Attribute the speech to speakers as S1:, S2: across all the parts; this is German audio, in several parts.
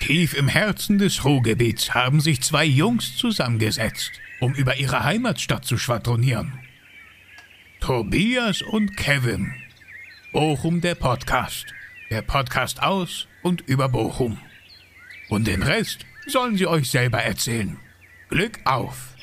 S1: Tief im Herzen des Ruhrgebiets haben sich zwei Jungs zusammengesetzt, um über ihre Heimatstadt zu schwadronieren. Tobias und Kevin. Bochum der Podcast. Der Podcast aus und über Bochum. Und den Rest sollen sie euch selber erzählen. Glück auf!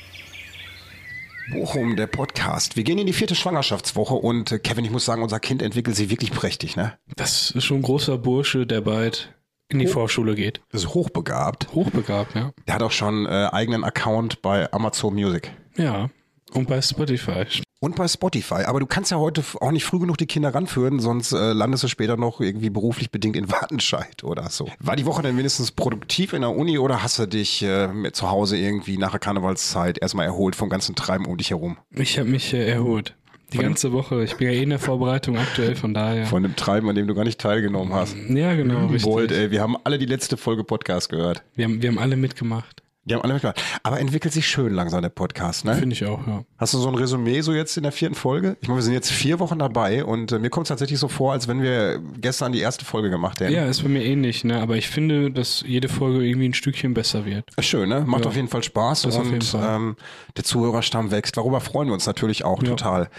S2: Bochum, der Podcast. Wir gehen in die vierte Schwangerschaftswoche und äh, Kevin, ich muss sagen, unser Kind entwickelt sich wirklich prächtig, ne?
S3: Das ist schon ein großer Bursche, der bald in die
S2: Oh.
S3: Vorschule geht.
S2: Ist hochbegabt.
S3: Hochbegabt, ja.
S2: Der hat auch schon äh, eigenen Account bei Amazon Music.
S3: Ja. Und bei Spotify.
S2: Und bei Spotify. Aber du kannst ja heute f- auch nicht früh genug die Kinder ranführen, sonst äh, landest du später noch irgendwie beruflich bedingt in Wattenscheid oder so. War die Woche denn wenigstens produktiv in der Uni oder hast du dich äh, mit zu Hause irgendwie nach der Karnevalszeit erstmal erholt vom ganzen Treiben um dich herum?
S3: Ich habe mich äh, erholt. Die ganze Woche. Ich bin ja eh in der Vorbereitung aktuell, von daher.
S2: Von dem Treiben, an dem du gar nicht teilgenommen hast.
S3: ja, genau, richtig.
S2: Bold, ey, wir haben alle die letzte Folge Podcast gehört.
S3: Wir haben, wir haben alle mitgemacht.
S2: Die haben alle mitgemacht. Aber entwickelt sich schön langsam der Podcast, ne?
S3: Finde ich auch, ja.
S2: Hast du so ein Resümee so jetzt in der vierten Folge? Ich meine, wir sind jetzt vier Wochen dabei und äh, mir kommt es tatsächlich so vor, als wenn wir gestern die erste Folge gemacht hätten.
S3: Ja, ist bei mir ähnlich, ne? Aber ich finde, dass jede Folge irgendwie ein Stückchen besser wird.
S2: Schön, ne? Macht
S3: Ja.
S2: auf jeden Fall Spaß
S3: Das
S2: und
S3: auf jeden Fall.
S2: Ähm, der Zuhörerstamm wächst. Darüber freuen wir uns natürlich auch
S3: Ja.
S2: total.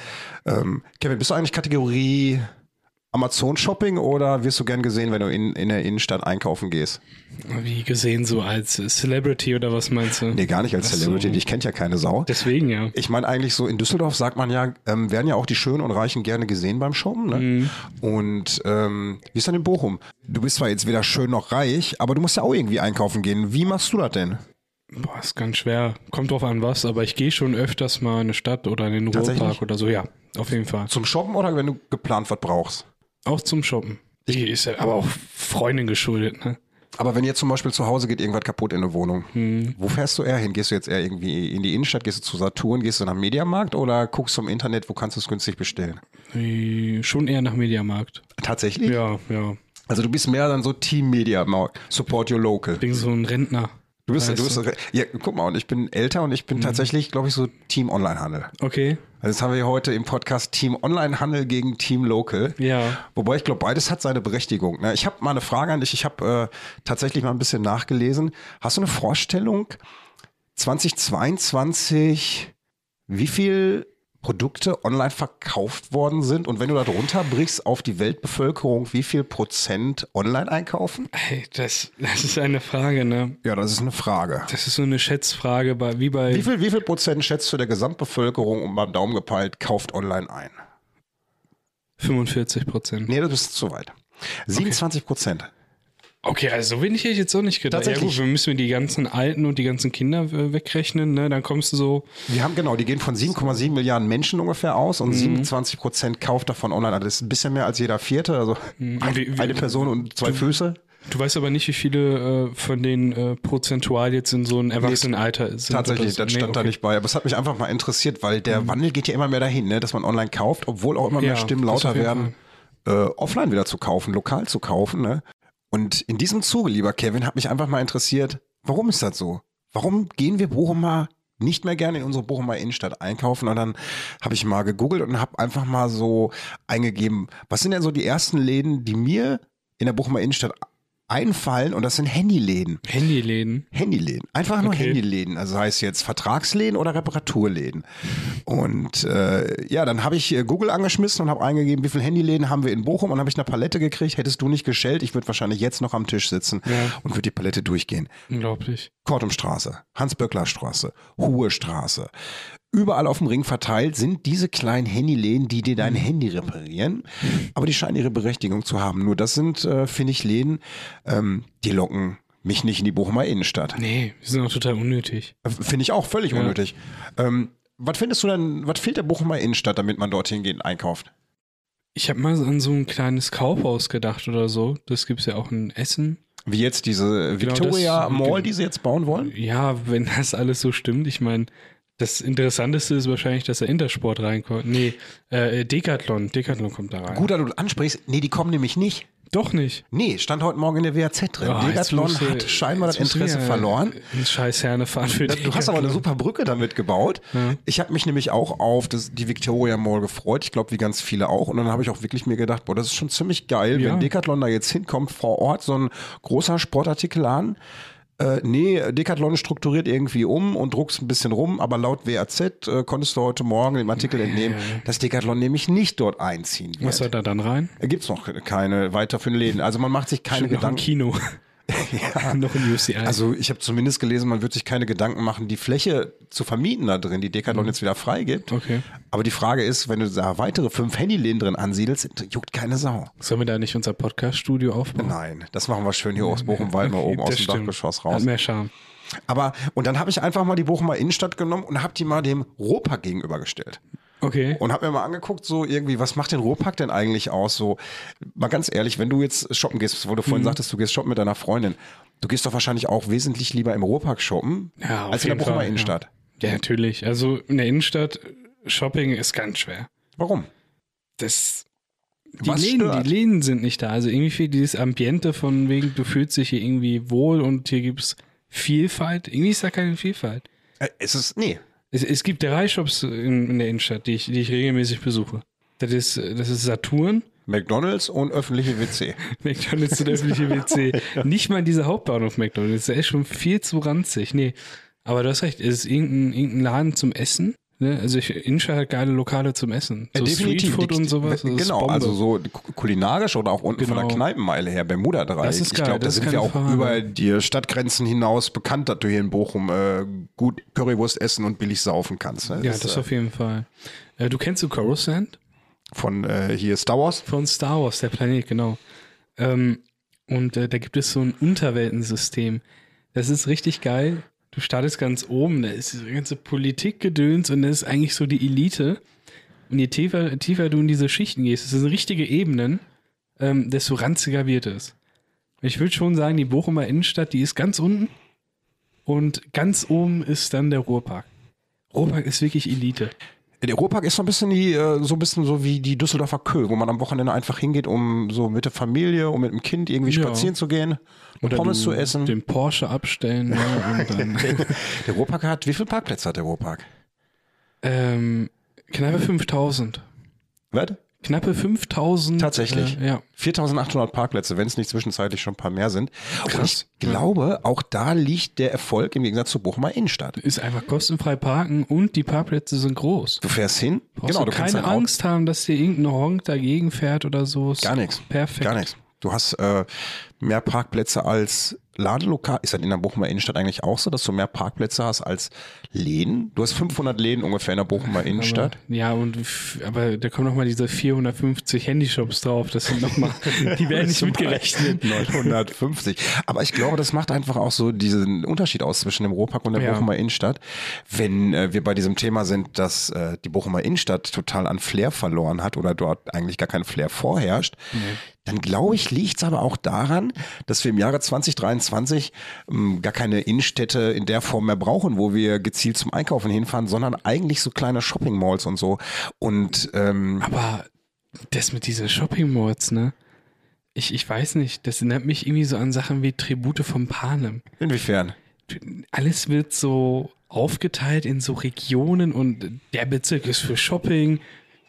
S2: Ähm, Kevin, bist du eigentlich Kategorie Amazon Shopping oder wirst du gern gesehen, wenn du in, in der Innenstadt einkaufen gehst?
S3: Wie gesehen, so als äh, Celebrity oder was meinst du?
S2: Nee, gar nicht als
S3: Ach so.
S2: Celebrity, dich kennt ja keine Sau.
S3: Deswegen, ja.
S2: Ich meine eigentlich so, in Düsseldorf sagt man ja, ähm, werden ja auch die Schönen und Reichen gerne gesehen beim Shoppen. Ne? Und ähm, wie ist dann in Bochum? Du bist zwar jetzt weder schön noch reich, aber du musst ja auch irgendwie einkaufen gehen. Wie machst du das denn?
S3: Boah, ist ganz schwer. Kommt drauf an, was, aber ich gehe schon öfters mal in eine Stadt oder in den
S2: Tatsächlich?
S3: Ruhrpark oder so, ja. Auf jeden Fall.
S2: Zum Shoppen oder wenn du geplant was brauchst?
S3: Auch zum Shoppen. Ich ist ja aber auch Freundin geschuldet, ne?
S2: Aber wenn jetzt zum Beispiel zu Hause geht irgendwas kaputt in der Wohnung, wo fährst du eher hin? Gehst du jetzt eher irgendwie in die Innenstadt? Gehst du zu Saturn? Gehst du nach Mediamarkt oder guckst du im Internet, wo kannst du es günstig bestellen?
S3: Äh, Schon eher nach Mediamarkt.
S2: Tatsächlich?
S3: Ja, ja.
S2: Also du bist mehr dann so Team Mediamarkt. Support your local.
S3: Wegen so ein Rentner.
S2: Du bist, du Mhm.
S3: Weißt
S2: bist, ja, guck mal, und ich bin älter und ich bin tatsächlich, glaube ich, so Team Onlinehandel.
S3: Okay.
S2: Also jetzt haben wir heute im Podcast Team Onlinehandel gegen Team Local.
S3: Ja.
S2: Wobei ich glaube, beides hat seine Berechtigung. Ne? Ich habe mal eine Frage an dich. Ich habe äh, tatsächlich mal ein bisschen nachgelesen. Hast du eine Vorstellung 2022, wie viel Produkte online verkauft worden sind? Und wenn du das runterbrichst auf die Weltbevölkerung, wie viel Prozent online einkaufen?
S3: Hey, das, das ist eine Frage, ne?
S2: Ja, das ist eine Frage.
S3: Das ist so eine Schätzfrage, bei, wie bei.
S2: Wie viel, wie viel Prozent schätzt du der Gesamtbevölkerung um beim Daumen gepeilt, kauft online ein?
S3: 45 Prozent.
S2: Nee, das ist zu weit. 27 Prozent.
S3: Okay, also so wenig hätte ich jetzt auch nicht gedacht.
S2: Tatsächlich.
S3: Ja, gut, wir müssen wir die ganzen Alten und die ganzen Kinder äh, wegrechnen, ne? Dann kommst du so.
S2: Wir haben genau, die gehen von 7,7 Milliarden Menschen ungefähr aus
S3: Mhm.
S2: und 27 Prozent kauft davon online. Also Das ist ein bisschen mehr als jeder Vierte, also
S3: Mhm. Und wie- wie-
S2: eine Person und zwei Füße.
S3: Du weißt aber nicht, wie viele äh, von denen äh, prozentual jetzt in so einem Erwachsenenalter sind. oder
S2: Tatsächlich,
S3: so.
S2: das
S3: Nee,
S2: stand da
S3: okay. Mhm.
S2: nicht bei. Aber es hat mich einfach mal interessiert, weil der Wandel geht ja immer mehr dahin, ne? dass man online kauft, obwohl auch immer mehr
S3: Ja,
S2: Stimmen
S3: das
S2: lauter
S3: auf jeden
S2: werden, äh, offline wieder zu kaufen, lokal zu kaufen. Ne? Und in diesem Zuge, lieber Kevin, hat mich einfach mal interessiert, warum ist das so? Warum gehen wir Bochumer nicht mehr gerne in unsere Bochumer Innenstadt einkaufen? Und dann habe ich mal gegoogelt und habe einfach mal so eingegeben, was sind denn so die ersten Läden, die mir in der Bochumer Innenstadt einfallen? Und das sind Handyläden.
S3: Handyläden.
S2: Handyläden. Einfach nur
S3: Okay.
S2: Handyläden. Also heißt jetzt Vertragsläden oder Reparaturläden. Und äh, ja, dann habe ich äh, Google angeschmissen und habe eingegeben, wie viele Handyläden haben wir in Bochum und habe ich eine Palette gekriegt. Hättest du nicht geschellt, ich würde wahrscheinlich jetzt noch am Tisch sitzen
S3: Ja.
S2: und würde die Palette durchgehen.
S3: Unglaublich.
S2: Kortumstraße, Hans-Böckler-Straße, Hohe-Straße. Überall auf dem Ring verteilt sind diese kleinen Handyläden, die dir dein Handy reparieren. Aber die scheinen ihre Berechtigung zu haben. Nur das sind, äh, finde ich, Läden, ähm, die locken mich nicht in die Bochumer Innenstadt.
S3: Nee, die sind auch total unnötig.
S2: Finde ich auch völlig unnötig. Ähm, was findest du denn, was fehlt der Bochumer Innenstadt, damit man dorthin geht und einkauft?
S3: Ich habe mal so an so ein kleines Kaufhaus gedacht oder so. Das gibt's ja auch in Essen.
S2: Wie jetzt diese
S3: Genau
S2: Victoria
S3: das-
S2: Mall, die sie jetzt bauen wollen?
S3: Ja, wenn das alles so stimmt. Ich meine, das Interessanteste ist wahrscheinlich, dass der Intersport reinkommt. Nee, äh, Decathlon. Decathlon kommt da rein.
S2: Gut, dass du das ansprichst. Nee, die kommen nämlich nicht.
S3: Doch nicht.
S2: Nee, stand heute Morgen in der WAZ drin.
S3: Ah, jetzt
S2: Decathlon
S3: musst du-
S2: hat scheinbar das
S3: jetzt musst du
S2: Interesse
S3: wieder
S2: verloren.
S3: Einen scheiß Herne fahren für
S2: Du hast aber eine
S3: Genau.
S2: super Brücke damit gebaut.
S3: Mhm.
S2: Ich habe mich nämlich auch auf das, die Victoria Mall gefreut. Ich glaube, wie ganz viele auch. Und dann habe ich auch wirklich mir gedacht, boah, das ist schon ziemlich geil,
S3: Ja.
S2: wenn Decathlon da jetzt hinkommt, vor Ort so ein großer Sportartikelladen. Äh, nee, Decathlon strukturiert irgendwie um und druckst ein bisschen rum, aber laut WAZ äh, konntest du heute Morgen dem Artikel entnehmen, dass Decathlon nämlich nicht dort einziehen wird.
S3: Was soll da dann rein?
S2: Gibt es noch keine weiterführenden Läden. Also man macht sich keine
S3: Stimmt, noch im
S2: Gedanken.
S3: Kino. noch im UCI.
S2: Also ich habe zumindest gelesen, man wird sich keine Gedanken machen, die Fläche zu vermieten da drin, die Decathlon jetzt wieder freigibt.
S3: Mhm. Okay.
S2: Aber die Frage ist, wenn du da weitere fünf Handyläden drin ansiedelst, juckt keine Sau.
S3: Sollen wir da nicht unser Podcast-Studio aufbauen?
S2: Nein, das machen wir schön hier aus Bochum-Wald mal Genau. oben aus
S3: Das
S2: dem
S3: stimmt.
S2: Dachgeschoss
S3: Hat
S2: raus.
S3: mehr Charme.
S2: Aber, und dann habe ich einfach mal die Bochumer Innenstadt genommen und habe die mal dem Ruhrpark gegenübergestellt.
S3: Okay.
S2: Und habe mir mal angeguckt, so irgendwie, was macht den Ruhrpark denn eigentlich aus? So, mal ganz ehrlich, wenn du jetzt shoppen gehst, wo du
S3: Mhm.
S2: vorhin sagtest, du gehst shoppen mit deiner Freundin, du gehst doch wahrscheinlich auch wesentlich lieber im Ruhrpark shoppen,
S3: Ja, auf
S2: als in der
S3: jeden
S2: Bochumer
S3: Fall, ja.
S2: Innenstadt.
S3: ja, natürlich. Also in der Innenstadt, Shopping ist ganz schwer.
S2: Warum?
S3: Das. Die
S2: Was
S3: Läden,
S2: stört?
S3: die Läden sind nicht da. Also irgendwie fehlt dieses Ambiente von wegen, du fühlst dich hier irgendwie wohl und hier gibt es Vielfalt. Irgendwie ist da keine Vielfalt.
S2: Äh, Es ist, nee.
S3: Es, es gibt drei Shops in, in der Innenstadt, die ich, die ich regelmäßig besuche. Das ist, das ist Saturn,
S2: McDonalds und öffentliche WC.
S3: McDonalds und öffentliche WC. Nicht mal dieser Hauptbahnhof McDonalds, der ist schon viel zu ranzig. Nee, aber du hast recht, es ist irgendein, irgendein Laden zum Essen. Ne? Also ich, Innenstadt hat geile Lokale zum Essen. So
S2: Äh,
S3: Streetfood
S2: Die-
S3: und sowas. das ist
S2: Genau,
S3: Bombe.
S2: also so ku- kulinarisch oder auch unten von
S3: Genau.
S2: der Kneipenmeile her, Bermuda Dreieck.
S3: Das ist
S2: ich
S3: geil,
S2: glaube, da
S3: das
S2: sind
S3: kann
S2: wir
S3: ich
S2: auch
S3: fahren.
S2: über die Stadtgrenzen hinaus bekannt, dass du hier in Bochum äh, gut Currywurst essen und billig saufen kannst. Ne?
S3: Ja, das,
S2: äh,
S3: auf jeden Fall. Äh, du kennst du Coruscant?
S2: von äh, hier Star Wars.
S3: Von Star Wars, der Planet, genau. Ähm, und äh, da gibt es so ein Unterweltensystem. Das ist richtig geil. Du startest ganz oben, da ist diese ganze Politikgedöns und das ist eigentlich so die Elite. Und je tiefer, tiefer du in diese Schichten gehst, das sind richtige Ebenen, ähm, desto ranziger wird es. Ich würde schon sagen, die Bochumer Innenstadt, die ist ganz unten und ganz oben ist dann der Ruhrpark. Ruhrpark ist wirklich Elite.
S2: Der Ruhrpark ist so ein bisschen die, äh, so ein bisschen so wie die Düsseldorfer Kö, wo man am Wochenende einfach hingeht, um so mit der Familie, um mit dem Kind irgendwie
S3: Ja.
S2: spazieren zu gehen, und Pommes
S3: du
S2: zu essen.
S3: Den Porsche abstellen ne, und dann.
S2: Der Ruhrpark hat, wie viele Parkplätze hat der Ruhrpark?
S3: Ähm, knappe 5000.
S2: Was?
S3: Knappe 5000.
S2: Tatsächlich?
S3: Äh, ja.
S2: 4800 Parkplätze, wenn es nicht zwischenzeitlich schon ein paar mehr sind. Und ich glaube, auch da liegt der Erfolg im Gegensatz zur Bochumer Innenstadt.
S3: Ist einfach kostenfrei parken und die Parkplätze sind groß.
S2: Du fährst hin,
S3: Brauchst genau, du keine
S2: dein Auto-
S3: Angst haben, dass dir irgendein Honk dagegen fährt oder so. Ist
S2: Gar nichts.
S3: Perfekt.
S2: Gar nichts. Du hast äh, mehr Parkplätze als Ladelokal. Ist das in der Bochumer Innenstadt eigentlich auch so, dass du mehr Parkplätze hast als Läden? Du hast 500 Läden ungefähr in der Bochumer Innenstadt.
S3: Aber, ja, und f- aber da kommen nochmal diese 450 Handyshops drauf. Das sind nochmal, die werden nicht mitgerechnet.
S2: 950. Aber ich glaube, das macht einfach auch so diesen Unterschied aus zwischen dem Ruhrpark und der
S3: Ja.
S2: Bochumer Innenstadt. Wenn äh, wir bei diesem Thema sind, dass äh, die Bochumer Innenstadt total an Flair verloren hat oder dort eigentlich gar kein Flair vorherrscht, dann glaube ich, liegt es aber auch daran, dass wir im Jahre 2023 ähm, gar keine Innenstädte in der Form mehr brauchen, wo wir gezielt zum Einkaufen hinfahren, sondern eigentlich so kleine Shopping-Malls und so. Und ähm,
S3: Aber das mit diesen Shopping Malls, ne? Ich, ich weiß nicht, das erinnert mich irgendwie so an Sachen wie Tribute von Panem.
S2: inwiefern?
S3: alles wird so aufgeteilt in so Regionen und der Bezirk ist für Shopping,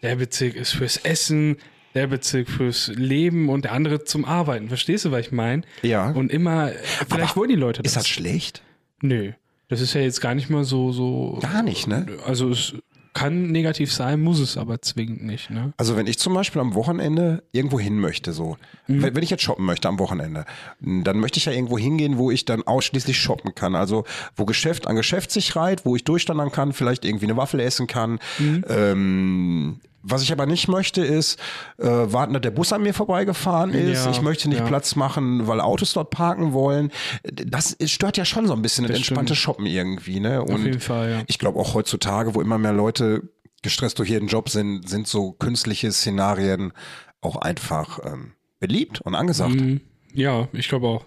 S3: der Bezirk ist fürs Essen, der Bezirk fürs Leben und der andere zum Arbeiten. Verstehst du, was ich meine?
S2: Ja.
S3: Und immer, vielleicht wollen die Leute das.
S2: Ist das schlecht?
S3: Nö. Das ist ja jetzt gar nicht mal so, so.
S2: Gar nicht, ne?
S3: Also es kann negativ sein, muss es aber zwingend nicht, ne?
S2: Also wenn ich zum Beispiel am Wochenende irgendwo hin möchte, so,
S3: Mhm.
S2: wenn, wenn ich jetzt shoppen möchte am Wochenende, m, dann möchte ich ja irgendwo hingehen, wo ich dann ausschließlich shoppen kann. Also wo Geschäft an Geschäft sich reiht, wo ich durchstandern kann, vielleicht irgendwie eine Waffel essen kann.
S3: Mhm.
S2: Ähm, was ich aber nicht möchte, ist äh, warten, dass der Bus an mir vorbeigefahren ist.
S3: Ja,
S2: ich möchte nicht
S3: ja.
S2: Platz machen, weil Autos dort parken wollen. Das stört ja schon so ein bisschen das, entspannte Shoppen irgendwie. Ne? Und
S3: jeden Fall, ja.
S2: ich glaube auch heutzutage, wo immer mehr Leute gestresst durch ihren Job sind, sind so künstliche Szenarien auch einfach ähm, beliebt und angesagt.
S3: Mhm. Ja, ich glaube auch.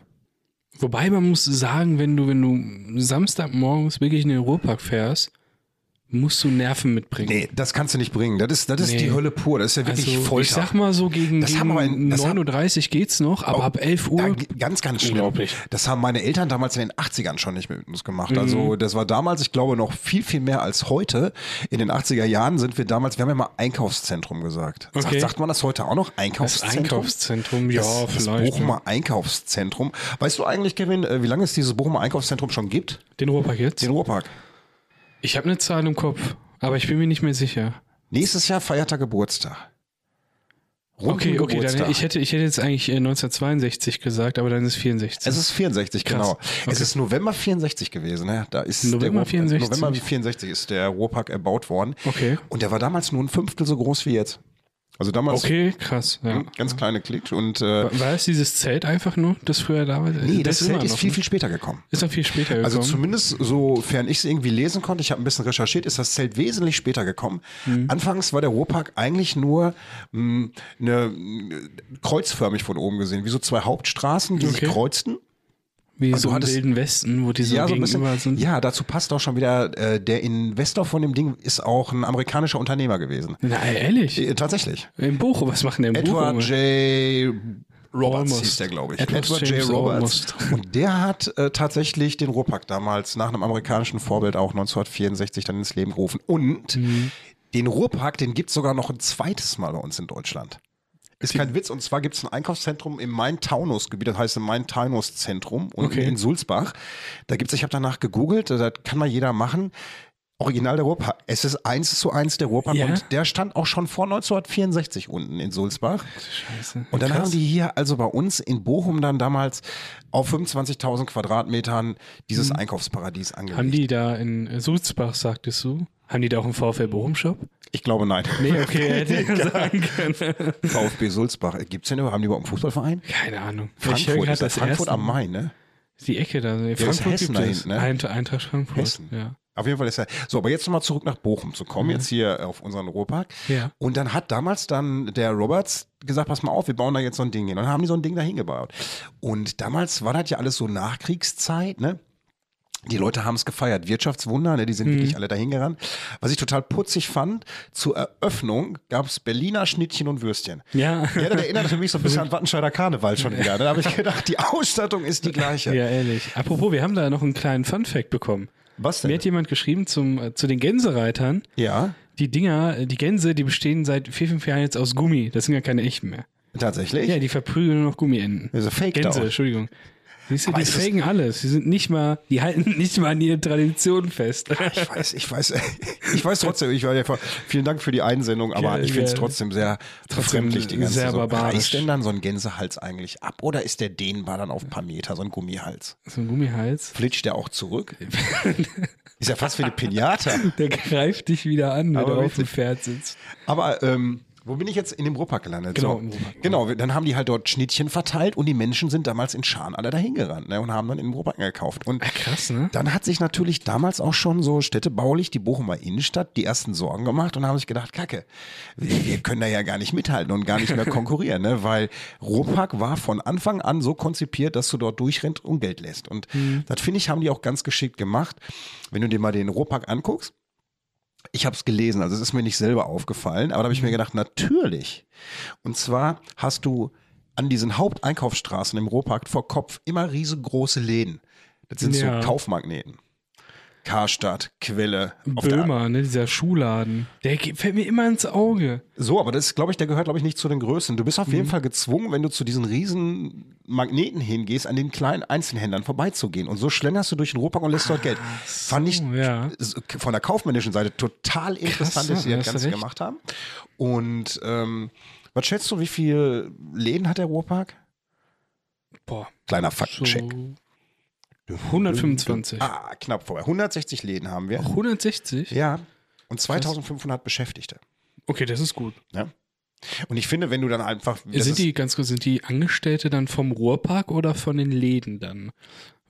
S3: Wobei man muss sagen, wenn du, wenn du Samstagmorgens wirklich in den Ruhrpark fährst, musst du Nerven mitbringen.
S2: Nee, das kannst du nicht bringen. Das ist, das ist
S3: Nee.
S2: die Hölle pur. Das ist ja wirklich
S3: also,
S2: Folter.
S3: ich sag mal so, gegen,
S2: Das
S3: gegen
S2: haben wir in- das
S3: 9.30 Uhr geht's noch, aber
S2: Oh,
S3: ab 11 Uhr.
S2: Ja, g- ganz, ganz schlimm.
S3: Unglaublich.
S2: Das haben meine Eltern damals in den 80ern schon nicht mit uns gemacht. Also
S3: Mhm.
S2: das war damals, ich glaube, noch viel, viel mehr als heute. In den 80er Jahren sind wir damals, wir haben ja mal Einkaufszentrum gesagt. Sagt,
S3: Okay.
S2: sagt man das heute auch noch?
S3: das
S2: Einkaufszentrum?
S3: Einkaufszentrum, ja,
S2: Das, das
S3: vielleicht. ne?
S2: Bochumer Einkaufszentrum. Weißt du eigentlich, Kevin, äh, wie lange es dieses Bochumer Einkaufszentrum schon gibt?
S3: Den Ruhrpark jetzt?
S2: Den Ruhrpark.
S3: Ich habe eine Zahl im Kopf, aber ich bin mir nicht mehr sicher.
S2: Nächstes Jahr feiert er Geburtstag. Runden
S3: Okay, okay,
S2: Geburtstag.
S3: dann, ich, hätte, ich hätte jetzt eigentlich äh, 1962 gesagt, aber dann ist 64.
S2: Es ist 64,
S3: Krass.
S2: genau. Es
S3: Okay.
S2: ist November 64 gewesen. Ne? Da ist der
S3: November
S2: Ruhr-
S3: 64.
S2: November 64 ist der Ruhrpark erbaut worden.
S3: Okay.
S2: Und der war damals nur ein Fünftel so groß wie jetzt. Also damals
S3: okay, krass. Ja.
S2: hm, ganz kleine Klick und äh,
S3: War es dieses Zelt einfach nur, das früher da war?
S2: nee, das,
S3: immer
S2: Zelt ist
S3: noch,
S2: viel,
S3: ne?
S2: viel später gekommen.
S3: Ist dann viel später gekommen.
S2: Also zumindest sofern ich es irgendwie lesen konnte, ich habe ein bisschen recherchiert, ist das Zelt wesentlich später gekommen.
S3: Mhm.
S2: Anfangs war der Ruhrpark eigentlich nur mh, eine, mh, kreuzförmig von oben gesehen, wie so zwei Hauptstraßen, die sich
S3: Okay.
S2: kreuzten.
S3: Wie
S2: Also du
S3: so im
S2: hattest-
S3: Wilden Westen, wo die so
S2: ja, so ein
S3: gegenüber
S2: bisschen,
S3: sind.
S2: ja, dazu passt auch schon wieder, äh, der Investor von dem Ding ist auch ein amerikanischer Unternehmer gewesen.
S3: Na, ehrlich?
S2: Äh, tatsächlich.
S3: Im Bochum, was machen denn im Bochum?
S2: Edward J. Roberts
S3: Almost.
S2: hieß der, glaube ich. ne?
S3: Edward James Almost.
S2: Und der hat äh, tatsächlich den Ruhrpark damals nach einem amerikanischen Vorbild auch 1964 dann ins Leben gerufen. Und
S3: Mhm.
S2: den Ruhrpark, den gibt es sogar noch ein zweites Mal bei uns in Deutschland. Ist kein Witz, und zwar gibt es ein Einkaufszentrum im Main-Taunus-Gebiet, das heißt im Main-Taunus-Zentrum und
S3: Okay.
S2: in Sulzbach. Da gibt's, ich habe danach gegoogelt, äh, das kann mal jeder machen. Original der Ruhrpark. Es ist eins zu eins der Ruhrpark
S3: Ja?
S2: und der stand auch schon vor 1964 unten in Sulzbach.
S3: Scheiße.
S2: Und dann
S3: Krass.
S2: haben die hier also bei uns in Bochum dann damals auf 25.000 Quadratmetern dieses Einkaufsparadies angelegt.
S3: Mhm. Haben die da in äh, Sulzbach, sagtest du? Haben die da auch einen VfL Bochum-Shop?
S2: Ich glaube nein.
S3: Nee, okay, hätte ich ja sagen können.
S2: VfB Sulzbach. Gibt's denn überhaupt, haben die überhaupt einen Fußballverein?
S3: Keine Ahnung. ich höre
S2: Frankfurt,
S3: gerade
S2: ist das
S3: das
S2: Frankfurt
S3: erste,
S2: am Main, ne?
S3: Die Ecke da. Nee,
S2: ist
S3: Frankfurt
S2: Hessen
S3: gibt
S2: da
S3: es.
S2: hinten, ne?
S3: Ein- Eintracht Frankfurt.
S2: Hessen.
S3: Ja.
S2: Auf jeden Fall ist er. So, aber jetzt nochmal zurück nach Bochum zu kommen, jetzt hier äh, auf unseren Ruhrpark.
S3: Mhm. Ja.
S2: Und dann hat damals dann der Roberts gesagt, pass mal auf, wir bauen da jetzt so ein Ding hin. Und dann haben die so ein Ding da hingebaut. Und damals war das ja alles so Nachkriegszeit, ne? Die Leute haben es gefeiert. Wirtschaftswunder, ne? die
S3: Mhm.
S2: sind wirklich alle dahin gerannt. Was ich total putzig fand, zur Eröffnung gab es Berliner Schnittchen und Würstchen.
S3: Ja.
S2: Ja, das erinnert mich so ein bisschen an Wattenscheider Karneval schon wieder. ne? Da habe ich gedacht, die Ausstattung ist die gleiche.
S3: Ja, ehrlich. Apropos, wir haben da noch einen kleinen Fun-Fact bekommen.
S2: Was
S3: Mir
S2: denn?
S3: hat jemand geschrieben zum, äh, zu den Gänsereitern.
S2: Ja,
S3: Die Dinger, äh, die Gänse, die bestehen seit vier, fünf Jahren jetzt aus Gummi. Das sind ja keine echten mehr.
S2: tatsächlich.
S3: Ja, die verprügeln nur noch Gummienten.
S2: Also fake da
S3: Gänse,
S2: auch.
S3: Entschuldigung. Siehst du,
S2: Aber
S3: die
S2: ist das-
S3: faken alles. Die sind nicht mal, die halten nicht mal an ihren Traditionen fest.
S2: Ich weiß, ich weiß, ich weiß trotzdem, ich war ja vor, vielen Dank für die Einsendung, aber
S3: Geil,
S2: ich finde es
S3: geil.
S2: trotzdem sehr
S3: Trotzdem
S2: befremdlich, die ganze
S3: sehr
S2: Sache.
S3: barbarisch.
S2: Reißt denn dann so ein Gänsehals eigentlich ab oder ist der dehnbar dann auf ein paar Meter, so ein Gummihals?
S3: So ein Gummihals.
S2: Flitscht der auch zurück? ist ja fast wie eine Pinata.
S3: Der greift dich wieder an, wenn
S2: Aber
S3: du auf dem
S2: witzig.
S3: Pferd sitzt.
S2: Aber, ähm, wo bin ich jetzt? In dem Ruhrpark gelandet.
S3: Genau,
S2: so.
S3: im Ruhrpark.
S2: genau. wir- Dann haben die halt dort Schnittchen verteilt und die Menschen sind damals in Scharen alle dahin gerannt ne, und haben dann im Ruhrpark gekauft. Und
S3: Krass, ne?
S2: Dann hat sich natürlich damals auch schon so städtebaulich die Bochumer Innenstadt die ersten Sorgen gemacht und haben sich gedacht, Kacke, wir wir können da ja gar nicht mithalten und gar nicht mehr konkurrieren, ne? weil Ruhrpark war von Anfang an so konzipiert, dass du dort durchrennst und Geld lässt. Und
S3: Mhm.
S2: das finde ich, haben die auch ganz geschickt gemacht. Wenn du dir mal den Ruhrpark anguckst, ich habe es gelesen, also es ist mir nicht selber aufgefallen, aber da habe ich mir gedacht, natürlich. Und zwar hast du an diesen Haupteinkaufsstraßen im Ruhrpark vor Kopf immer riesengroße Läden. Das sind
S3: Ja.
S2: so Kaufmagneten. Karstadt, Quelle. auf der-
S3: Böhmer, ne? Dieser Schuhladen. Der ge- fällt mir immer ins Auge.
S2: So, aber das ist, glaube ich, der gehört, glaube ich, nicht zu den Größen. Du bist auf
S3: Mhm.
S2: jeden Fall gezwungen, wenn du zu diesen riesen Magneten hingehst, an den kleinen Einzelhändlern vorbeizugehen. Und so schlenderst du durch den Ruhrpark und lässt dort Geld. Fand ich
S3: ja.
S2: so, von der kaufmännischen Seite total interessant, dass sie
S3: ja,
S2: das
S3: hast du
S2: Ganze
S3: recht.
S2: gemacht haben. Und ähm, was schätzt du, wie viele Läden hat der Ruhrpark?
S3: Boah.
S2: Kleiner
S3: So
S2: Faktencheck.
S3: 125.
S2: Ah, knapp vorbei. 160 Läden haben wir.
S3: 160?
S2: Ja. Und 2500 Beschäftigte.
S3: Okay, das ist gut.
S2: Ne? Und ich finde, wenn du dann einfach. das
S3: sind
S2: ist-
S3: die, ganz kurz, sind die Angestellte dann vom Ruhrpark oder von den Läden dann?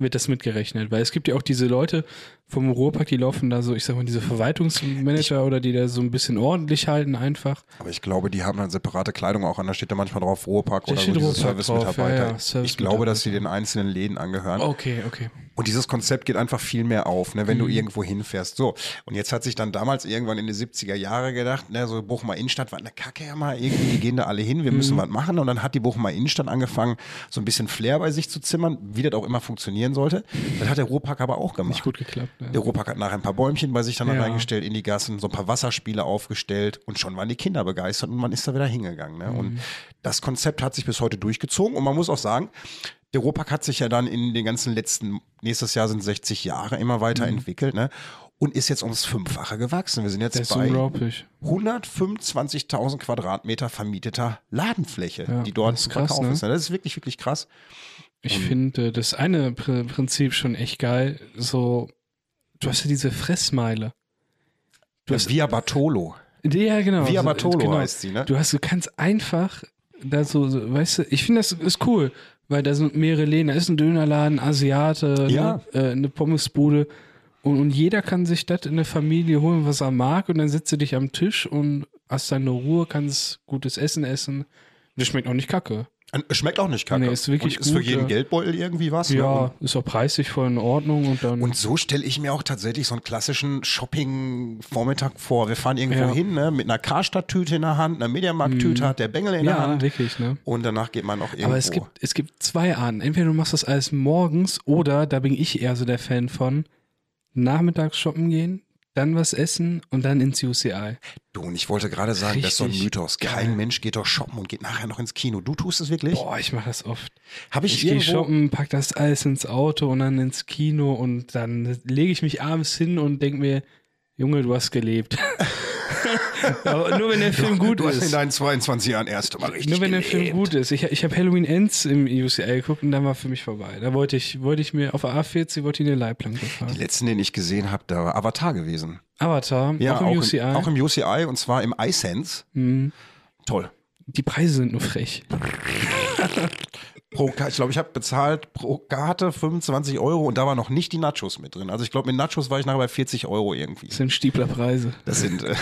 S3: Wird das mitgerechnet? Weil es gibt ja auch diese Leute vom Ruhrpark, die laufen da so, ich sag mal, diese Verwaltungsmanager oder die da so ein bisschen ordentlich halten einfach.
S2: Aber ich glaube, die haben dann separate Kleidung auch an. Da steht da manchmal drauf Ruhrpark
S3: Da
S2: oder so
S3: steht
S2: diese
S3: Ruhrpark drauf,
S2: Servicemitarbeiter.
S3: ja,
S2: ich
S3: ja,
S2: glaube,
S3: Servicemitarbeiter. Oh.
S2: dass sie den einzelnen Läden angehören.
S3: Okay, okay.
S2: Und dieses Konzept geht einfach viel mehr auf, ne, wenn
S3: Mhm.
S2: du irgendwo hinfährst. So, und jetzt hat sich dann damals irgendwann in den 70er Jahre gedacht, ne, so Bochumer Innenstadt war eine Kacke ja mal irgendwie, die gehen da alle
S3: Mhm.
S2: hin, wir müssen was machen. Und dann hat die Bochumer Innenstadt angefangen, so ein bisschen Flair bei sich zu zimmern, wie das auch immer funktionieren sollte. Das hat der Ruhrpark aber auch gemacht.
S3: Nicht gut geklappt. Ja.
S2: Der Ruhrpark hat nachher ein paar Bäumchen bei sich dann
S3: Ja.
S2: reingestellt in die Gassen, so ein paar Wasserspiele aufgestellt und schon waren die Kinder begeistert und man ist da wieder hingegangen. Ne?
S3: Mhm.
S2: Und das Konzept hat sich bis heute durchgezogen und man muss auch sagen, der Ruhrpark hat sich ja dann in den ganzen letzten, nächstes Jahr sind 60 Jahre immer
S3: Mhm.
S2: weiterentwickelt ne? und ist jetzt ums Fünffache gewachsen. Wir sind jetzt
S3: Das ist
S2: bei
S3: unglaublich.
S2: 125.000 Quadratmeter vermieteter Ladenfläche,
S3: Ja,
S2: die dort
S3: das ist
S2: zu
S3: krass,
S2: verkaufen
S3: ne?
S2: ist. Ne? Das ist wirklich, wirklich krass.
S3: Ich
S2: Mhm.
S3: finde das eine Pr Prinzip schon echt geil. So, du hast ja diese Fressmeile. Du hast,
S2: Via Bartolo.
S3: ja, genau.
S2: Via
S3: so,
S2: Bartolo heißt sie, ne?
S3: Du hast, du kannst einfach da so, so weißt du, ich finde das ist cool, weil da sind mehrere Läden. Da ist ein Dönerladen, Asiate,
S2: Ja.
S3: ne, äh, eine Pommesbude. Und, und jeder kann sich das in der Familie holen, was er mag. Und dann sitzt du dich am Tisch und hast deine Ruhe, kannst gutes Essen essen. Das schmeckt auch nicht kacke.
S2: Schmeckt auch nicht kacke.
S3: Nee, ist wirklich
S2: und ist für
S3: gut,
S2: jeden
S3: ja.
S2: Geldbeutel irgendwie was. Ne? Und
S3: Ja, Mhm. ist auch preislich voll in Ordnung und dann.
S2: Und so stelle ich mir auch tatsächlich so einen klassischen Shopping-Vormittag vor. Wir fahren irgendwo
S3: Ja. Mhm.
S2: hin, ne, mit einer Karstadt-Tüte in der Hand, einer Mediamarkt-Tüte hat der Bengel in der
S3: ja,
S2: Hand.
S3: wirklich, ne?
S2: Und danach geht man auch irgendwo.
S3: Aber es gibt, es gibt zwei Arten. Entweder du machst das alles morgens oder, da bin ich eher so der Fan von, nachmittags shoppen gehen, dann was essen und dann ins UCI.
S2: du, und ich wollte gerade sagen, das ist so ein
S3: Richtig
S2: Mythos. Kein
S3: geil.
S2: Mensch geht doch shoppen und geht nachher noch ins Kino. Du tust es wirklich?
S3: Boah, ich mache das oft.
S2: Habe ich,
S3: Ich gehe
S2: irgendwo...
S3: shoppen, pack das alles ins Auto und dann ins Kino und dann lege ich mich abends hin und denke mir, Junge, du hast gelebt. Aber nur wenn der Film gut
S2: du hast in
S3: ist.
S2: deinen 22 Jahren erst mal richtig
S3: Nur wenn der
S2: gelebt.
S3: Film gut ist. Ich, ich habe Halloween Ends im UCL geguckt und dann war für mich vorbei. Da wollte ich, wollte ich mir auf der A40 wollte ich eine Leitplanke
S2: Den
S3: fahren.
S2: letzten, den ich gesehen habe, da war Avatar gewesen.
S3: Avatar, auch im UCI.
S2: Im, auch im UCI und zwar im iSense.
S3: Mhm.
S2: Toll.
S3: Die Preise sind nur frech.
S2: Pro, Ka- ich glaube, ich habe bezahlt pro Karte 25 Euro und da war noch nicht die Nachos mit drin. Also ich glaube, mit Nachos war ich nachher bei 40 Euro irgendwie.
S3: Das sind Stieblerpreise.
S2: Das sind äh,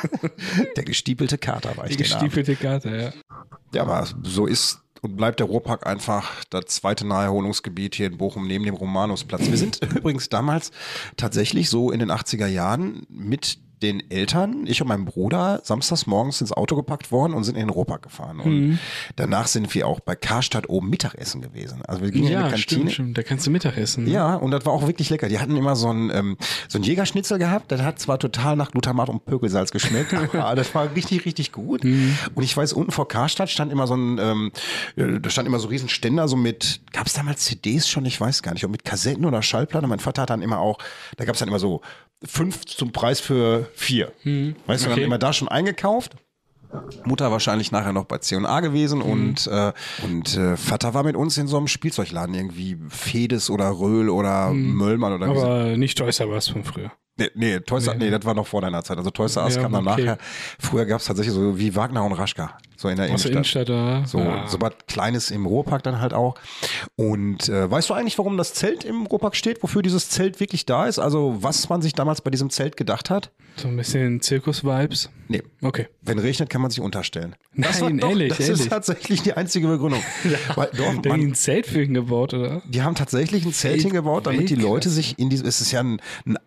S2: der gestiepelte Kater war ich
S3: Die
S2: den Abend.
S3: gestiefelte Karte, ja.
S2: Ja, aber so ist und bleibt der Ruhrpark einfach das zweite Naherholungsgebiet hier in Bochum neben dem Romanusplatz. Wir sind übrigens damals tatsächlich so in den 80er Jahren mit den Eltern, ich und mein Bruder, samstags morgens ins Auto gepackt worden und sind in den Ruhrpark gefahren. Und
S3: Mhm.
S2: danach sind wir auch bei Karstadt oben Mittagessen gewesen. Also wir gingen in
S3: Ja,
S2: eine Kantine.
S3: stimmt, stimmt. Da kannst du Mittag essen. ne?
S2: Ja, und das war auch wirklich lecker. Die hatten immer so einen, ähm, so einen Jägerschnitzel gehabt. Das hat zwar total nach Glutamat und Pökelsalz geschmeckt, aber das war richtig, richtig gut.
S3: Mhm.
S2: Und ich weiß, unten vor Karstadt stand immer so ein, ähm, äh, da stand immer so riesen Ständer, so mit, gab es damals CDs schon? Ich weiß gar nicht, ob mit Kassetten oder Schallplatten. Mein Vater hat dann immer auch, da gab es dann immer so fünf zum Preis für vier. Weißt du, dann
S3: Mhm. Okay.
S2: immer da schon eingekauft. Mutter wahrscheinlich nachher noch bei C&A gewesen
S3: Mhm.
S2: und, äh, und äh, Vater war mit uns in so einem Spielzeugladen irgendwie Fedes oder Röhl oder Möllmann oder wie sie-
S3: Mhm. Aber nicht Toys R Us von früher.
S2: nee, nee, Toys R- nee, das war noch vor deiner Zeit. Also Toys R Us
S3: Ja,
S2: kam dann
S3: okay.
S2: nachher. Früher gab es tatsächlich so wie Wagner und Raschka, so in der
S3: Aus der
S2: Innenstadt.
S3: Innenstadt da.
S2: So,
S3: ah.
S2: so was Kleines im Ruhrpark dann halt auch. Und äh, weißt du eigentlich, warum das Zelt im Ruhrpark steht? Wofür dieses Zelt wirklich da ist? Also was man sich damals bei diesem Zelt gedacht hat?
S3: so ein bisschen Zirkus-Vibes.
S2: Nee,
S3: Okay.
S2: Wenn regnet, kann man sich unterstellen.
S3: Nein, ehrlich,
S2: das
S3: ehrlich.
S2: ist tatsächlich die einzige Begründung. Weil, doch,
S3: Da haben die
S2: man,
S3: ein Zelt für ihn gebaut, oder?
S2: die haben tatsächlich ein Zelt
S3: Welt-
S2: hingebaut, damit die
S3: Weltklasse.
S2: Leute sich in diesem, es ist ja ein, ein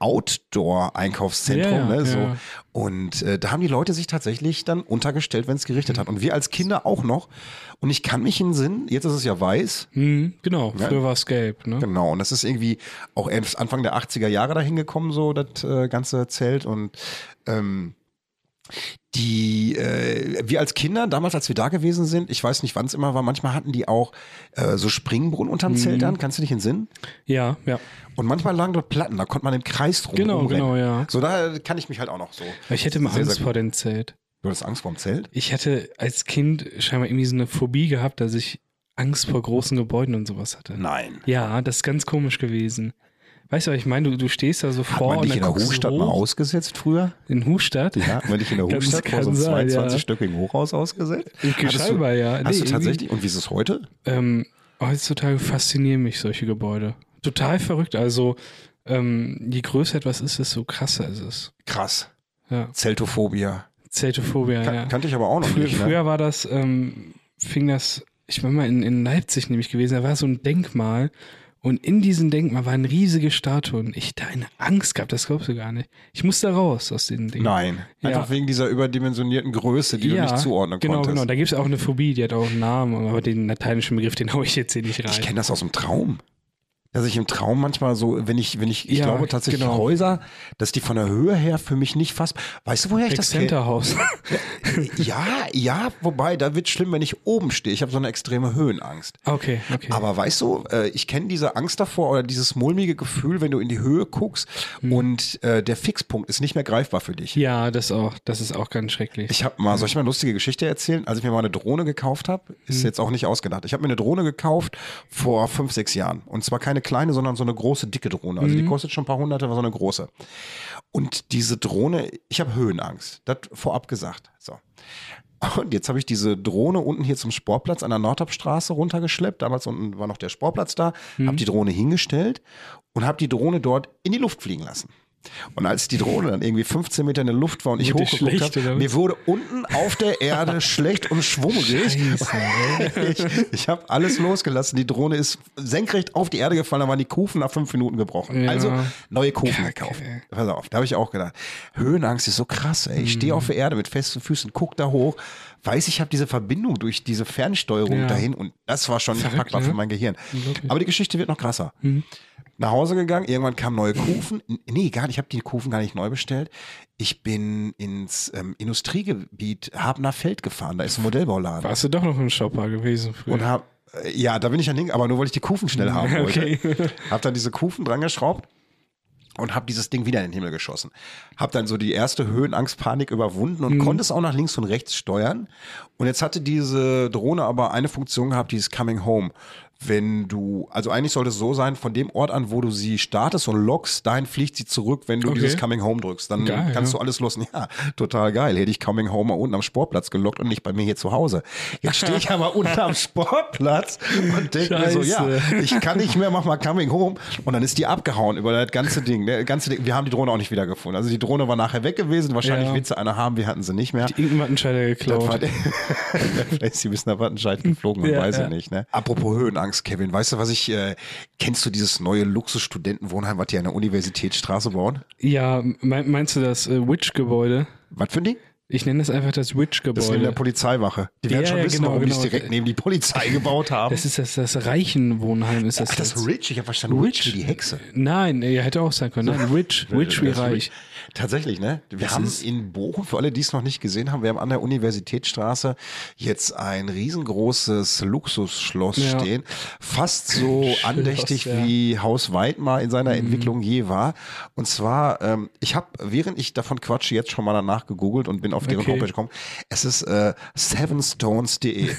S2: Outdoor-Einkaufszentrum,
S3: Ja, ja,
S2: ne, so.
S3: ja.
S2: Und äh, da haben die Leute sich tatsächlich dann untergestellt, wenn es gerichtet hat. Und wir als Kinder auch noch. Und ich kann mich in den Sinn, jetzt ist es ja weiß,
S3: Mhm, genau, früher war es gelb, ne?
S2: Genau, und das ist irgendwie auch erst Anfang der 80er Jahre dahin gekommen, so das äh, ganze Zelt. Und ähm, die, äh, wir als Kinder, damals, als wir da gewesen sind, ich weiß nicht, wann es immer war, manchmal hatten die auch äh, so Springbrunnen unterm
S3: Mhm.
S2: Zelt an, kannst du dich entsinnen?
S3: Ja, ja.
S2: Und manchmal lagen dort Platten, da konnte man im Kreis drum
S3: Genau,
S2: rumrennen.
S3: genau, ja.
S2: So, da kann ich mich halt auch noch so.
S3: Ich hätte mal
S2: Sehr,
S3: Angst
S2: sehr gut.
S3: vor dem Zelt.
S2: Du hattest Angst vorm Zelt?
S3: Ich hatte als Kind scheinbar irgendwie so eine Phobie gehabt, dass ich Angst vor großen Gebäuden und sowas hatte.
S2: Nein.
S3: Ja, das ist ganz komisch gewesen. Weißt du, was ich meine? Du, du stehst da so
S2: Hat
S3: vor
S2: man dich
S3: und
S2: in
S3: dann
S2: der
S3: guckst
S2: Hochstadt
S3: du
S2: mal
S3: hoch.
S2: ausgesetzt früher?
S3: In Hustadt?
S2: Ja, wenn ich in der
S3: Kann-
S2: Hochstadt vor
S3: kann
S2: so einem
S3: sein, ja.
S2: 22-stöckigen Hochhaus ausgesetzt?
S3: Ich-
S2: Hattest du-
S3: scheinbar, ja.
S2: Hast
S3: Ah, Nee,
S2: du tatsächlich? Und wie ist es heute?
S3: Ähm, heutzutage faszinieren mich solche Gebäude. Total verrückt. Also, ähm, je größer etwas ist, desto krasser ist es.
S2: Krass.
S3: Ja.
S2: Zeltophobia.
S3: Zeltophobia,
S2: Kan
S3: ja.
S2: Kannte ich aber auch noch
S3: Frü
S2: nicht. Ne?
S3: Früher war das, ähm, fing das, ich war mal in, in Leipzig nämlich gewesen, da war so ein Denkmal Und in diesem Denkmal waren riesige Statuen. Ich da eine Angst gehabt, das glaubst du gar nicht. Ich musste raus aus den Dingen.
S2: Nein.
S3: Ja.
S2: Einfach wegen dieser überdimensionierten Größe, die du nicht zuordnen
S3: genau,
S2: konntest.
S3: Genau, Da gibt es auch eine Phobie, die hat auch einen Namen, aber den lateinischen Begriff, den hau ich jetzt hier nicht rein.
S2: Ich kenne das aus dem Traum. Dass ich im Traum manchmal so, wenn ich, wenn ich, ich
S3: Ja,
S2: glaube tatsächlich
S3: genau.
S2: Häuser, dass die von der Höhe her für mich nicht fassbar. Weißt du, woher ich
S3: das
S2: das kenne?
S3: Centerhaus.
S2: Ja, ja, wobei, da wird schlimm, wenn ich oben stehe. Ich habe so eine extreme Höhenangst.
S3: okay, okay.
S2: Aber weißt du, äh, ich kenne diese Angst davor oder dieses mulmige Gefühl, wenn du in die Höhe guckst und äh, der Fixpunkt ist nicht mehr greifbar für dich.
S3: ja, das auch. Das ist auch ganz schrecklich.
S2: Ich habe mal, soll
S3: Mhm.
S2: ich mal eine lustige Geschichte erzählen? Als ich mir mal eine Drohne gekauft habe, ist jetzt auch nicht ausgedacht. Ich habe mir eine Drohne gekauft vor fünf, sechs Jahren. Und zwar keine kleine, sondern so eine große, dicke Drohne. Also
S3: Mhm.
S2: die kostet schon ein paar hunderte, war so eine große. Und diese Drohne, ich habe Höhenangst. Das vorab gesagt. So. Und jetzt habe ich diese Drohne unten hier zum Sportplatz an der Nordhauptstraße runtergeschleppt. Damals unten war noch der Sportplatz da.
S3: Mhm.
S2: Habe die Drohne hingestellt und habe die Drohne dort in die Luft fliegen lassen. Und als die Drohne dann irgendwie 15 Meter in der Luft war und ich
S3: Wurde
S2: hochgeguckt
S3: schlecht, oder
S2: habe,
S3: was?
S2: mir wurde unten auf der Erde schlecht und schwummelig. ich ich habe alles losgelassen. Die Drohne ist senkrecht auf die Erde gefallen, da waren die Kufen nach fünf Minuten gebrochen.
S3: Ja.
S2: Also neue Kufen
S3: Kacke.
S2: gekauft. Pass auf, da habe ich auch gedacht. Höhenangst ist so krass, ey. Ich stehe auf der Erde mit festen Füßen, guck da hoch, weiß, ich habe diese Verbindung durch diese Fernsteuerung
S3: Ja.
S2: dahin und das war schon
S3: Verrückt,
S2: packbar
S3: ne? Mhm.
S2: für mein Gehirn.
S3: Unglaublich.
S2: Aber die Geschichte wird noch krasser. Nach Hause gegangen, irgendwann kamen neue Kufen. N- Nee, gar nicht, ich habe die Kufen gar nicht neu bestellt. Ich bin ins ähm, Industriegebiet Habener Feld gefahren, da ist ein Modellbauladen.
S3: Warst du doch noch im Shopper gewesen früher?
S2: Und hab, äh, ja, da bin ich ja hing, aber nur weil ich die Kufen schnell haben wollte.
S3: Okay.
S2: Hab dann diese Kufen dran geschraubt und hab dieses Ding wieder in den Himmel geschossen. Hab dann so die erste Höhenangst, Panik überwunden
S3: Mhm.
S2: und konnte es auch nach links und rechts steuern. Und jetzt hatte diese Drohne aber eine Funktion gehabt, die ist Coming Home. Wenn du, also eigentlich sollte es so sein, von dem Ort an, wo du sie startest und lockst, dahin fliegt sie zurück, wenn du
S3: Okay.
S2: dieses Coming Home drückst. Dann
S3: Geil, ne?
S2: kannst
S3: ja.
S2: du alles losen. Ja, total geil. Hätte ich Coming Home mal unten am Sportplatz gelockt und nicht bei mir hier zu Hause. Jetzt stehe ich aber unten am Sportplatz und denke mir so, ja,
S3: Scheiße.
S2: ich kann nicht mehr, mach mal Coming Home. Und dann ist die abgehauen über das ganze Ding. Der ganze Ding. Wir haben die Drohne auch nicht wiedergefunden. Also die Drohne war nachher weg gewesen. Wahrscheinlich
S3: Ja.
S2: willst du eine haben, wir hatten sie nicht mehr.
S3: Irgendein Wattenscheider
S2: Das war
S3: geklaut.
S2: der- Vielleicht ist die bis nach Wattenscheid geflogen, man
S3: Ja,
S2: weiß ja.
S3: ja.
S2: nicht. Ne? Apropos Höhenangst, Kevin, weißt du, was ich, äh, kennst du dieses neue Luxusstudentenwohnheim, was die an der Universitätsstraße bauen?
S3: Ja, mein, meinst du das äh, Witch-Gebäude?
S2: Was für ein Ding?
S3: Ich nenne das einfach
S2: Das
S3: das
S2: ist neben der
S3: Witch-Gebäude.
S2: Polizeiwache. Die werden
S3: Ja,
S2: schon
S3: ja,
S2: wissen,
S3: genau,
S2: warum die es
S3: genau.
S2: direkt neben die Polizei gebaut haben.
S3: Das ist das, das Reichenwohnheim ist das.
S2: Ach, das
S3: jetzt.
S2: ist Rich, ich habe verstanden, Rich wie die Hexe.
S3: Nein, ja, hätte auch sein können. Nein, Rich, Rich wie
S2: Das ist
S3: reich.
S2: Tatsächlich, ne? Wir haben in Bochum, für alle, die es noch nicht gesehen haben, wir haben an der Universitätsstraße jetzt ein riesengroßes Luxusschloss
S3: Ja.
S2: stehen. Fast so
S3: Schloss,
S2: andächtig
S3: ja. Mhm.
S2: wie Haus Weidmar in seiner Entwicklung je war. Und zwar, ähm, ich habe, während ich davon quatsche, jetzt schon mal danach gegoogelt und bin auf deren
S3: Okay.
S2: Homepage gekommen. Es ist äh, sevenstones.de.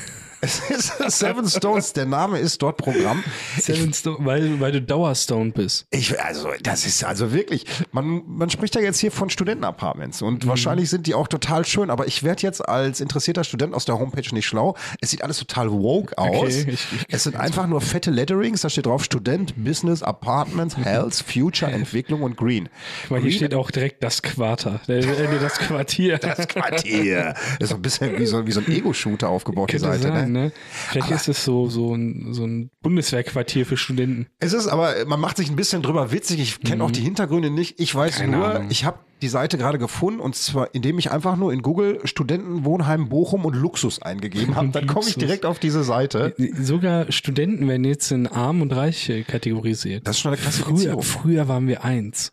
S2: Es ist Seven Stones, der Name ist dort Programm. Ich
S3: Seven Stone, weil, weil du Dauerstone bist.
S2: ich, also, das ist also wirklich, man, man spricht ja jetzt hier von Studentenapartments
S3: Mhm.
S2: und wahrscheinlich sind die auch total schön, aber ich werde jetzt als interessierter Student aus der Homepage nicht schlau. Es sieht alles total woke aus.
S3: ich- ich-
S2: es sind einfach nur fette Letterings, da steht drauf Student, Business, Apartments, Health, Future, Entwicklung und Green.
S3: Weil hier steht auch direkt das Quarter. Äh, äh, das Quartier.
S2: Das Quartier. ist so ein bisschen wie so, wie so ein Ego-Shooter aufgebaut, die
S3: Könnte
S2: Seite.
S3: sein,
S2: ne?
S3: ne? Vielleicht ist es so, so ein, so ein Bundeswehrquartier für Studenten.
S2: Es ist aber, äh, man macht sich ein bisschen drüber witzig. Ich kenne auch die Hintergründe nicht. Ich weiß
S3: Mhm. Keine
S2: nur,
S3: Ahnung.
S2: ich habe die Seite gerade gefunden und zwar, indem ich einfach nur in Google Studentenwohnheim Bochum und Luxus eingegeben habe. Dann komme ich
S3: Luxus.
S2: direkt auf diese Seite.
S3: Sogar Studenten werden jetzt in arm und reich äh, kategorisiert.
S2: Das ist schon eine
S3: Früher,
S2: Klassifizierung.
S3: früher waren wir eins.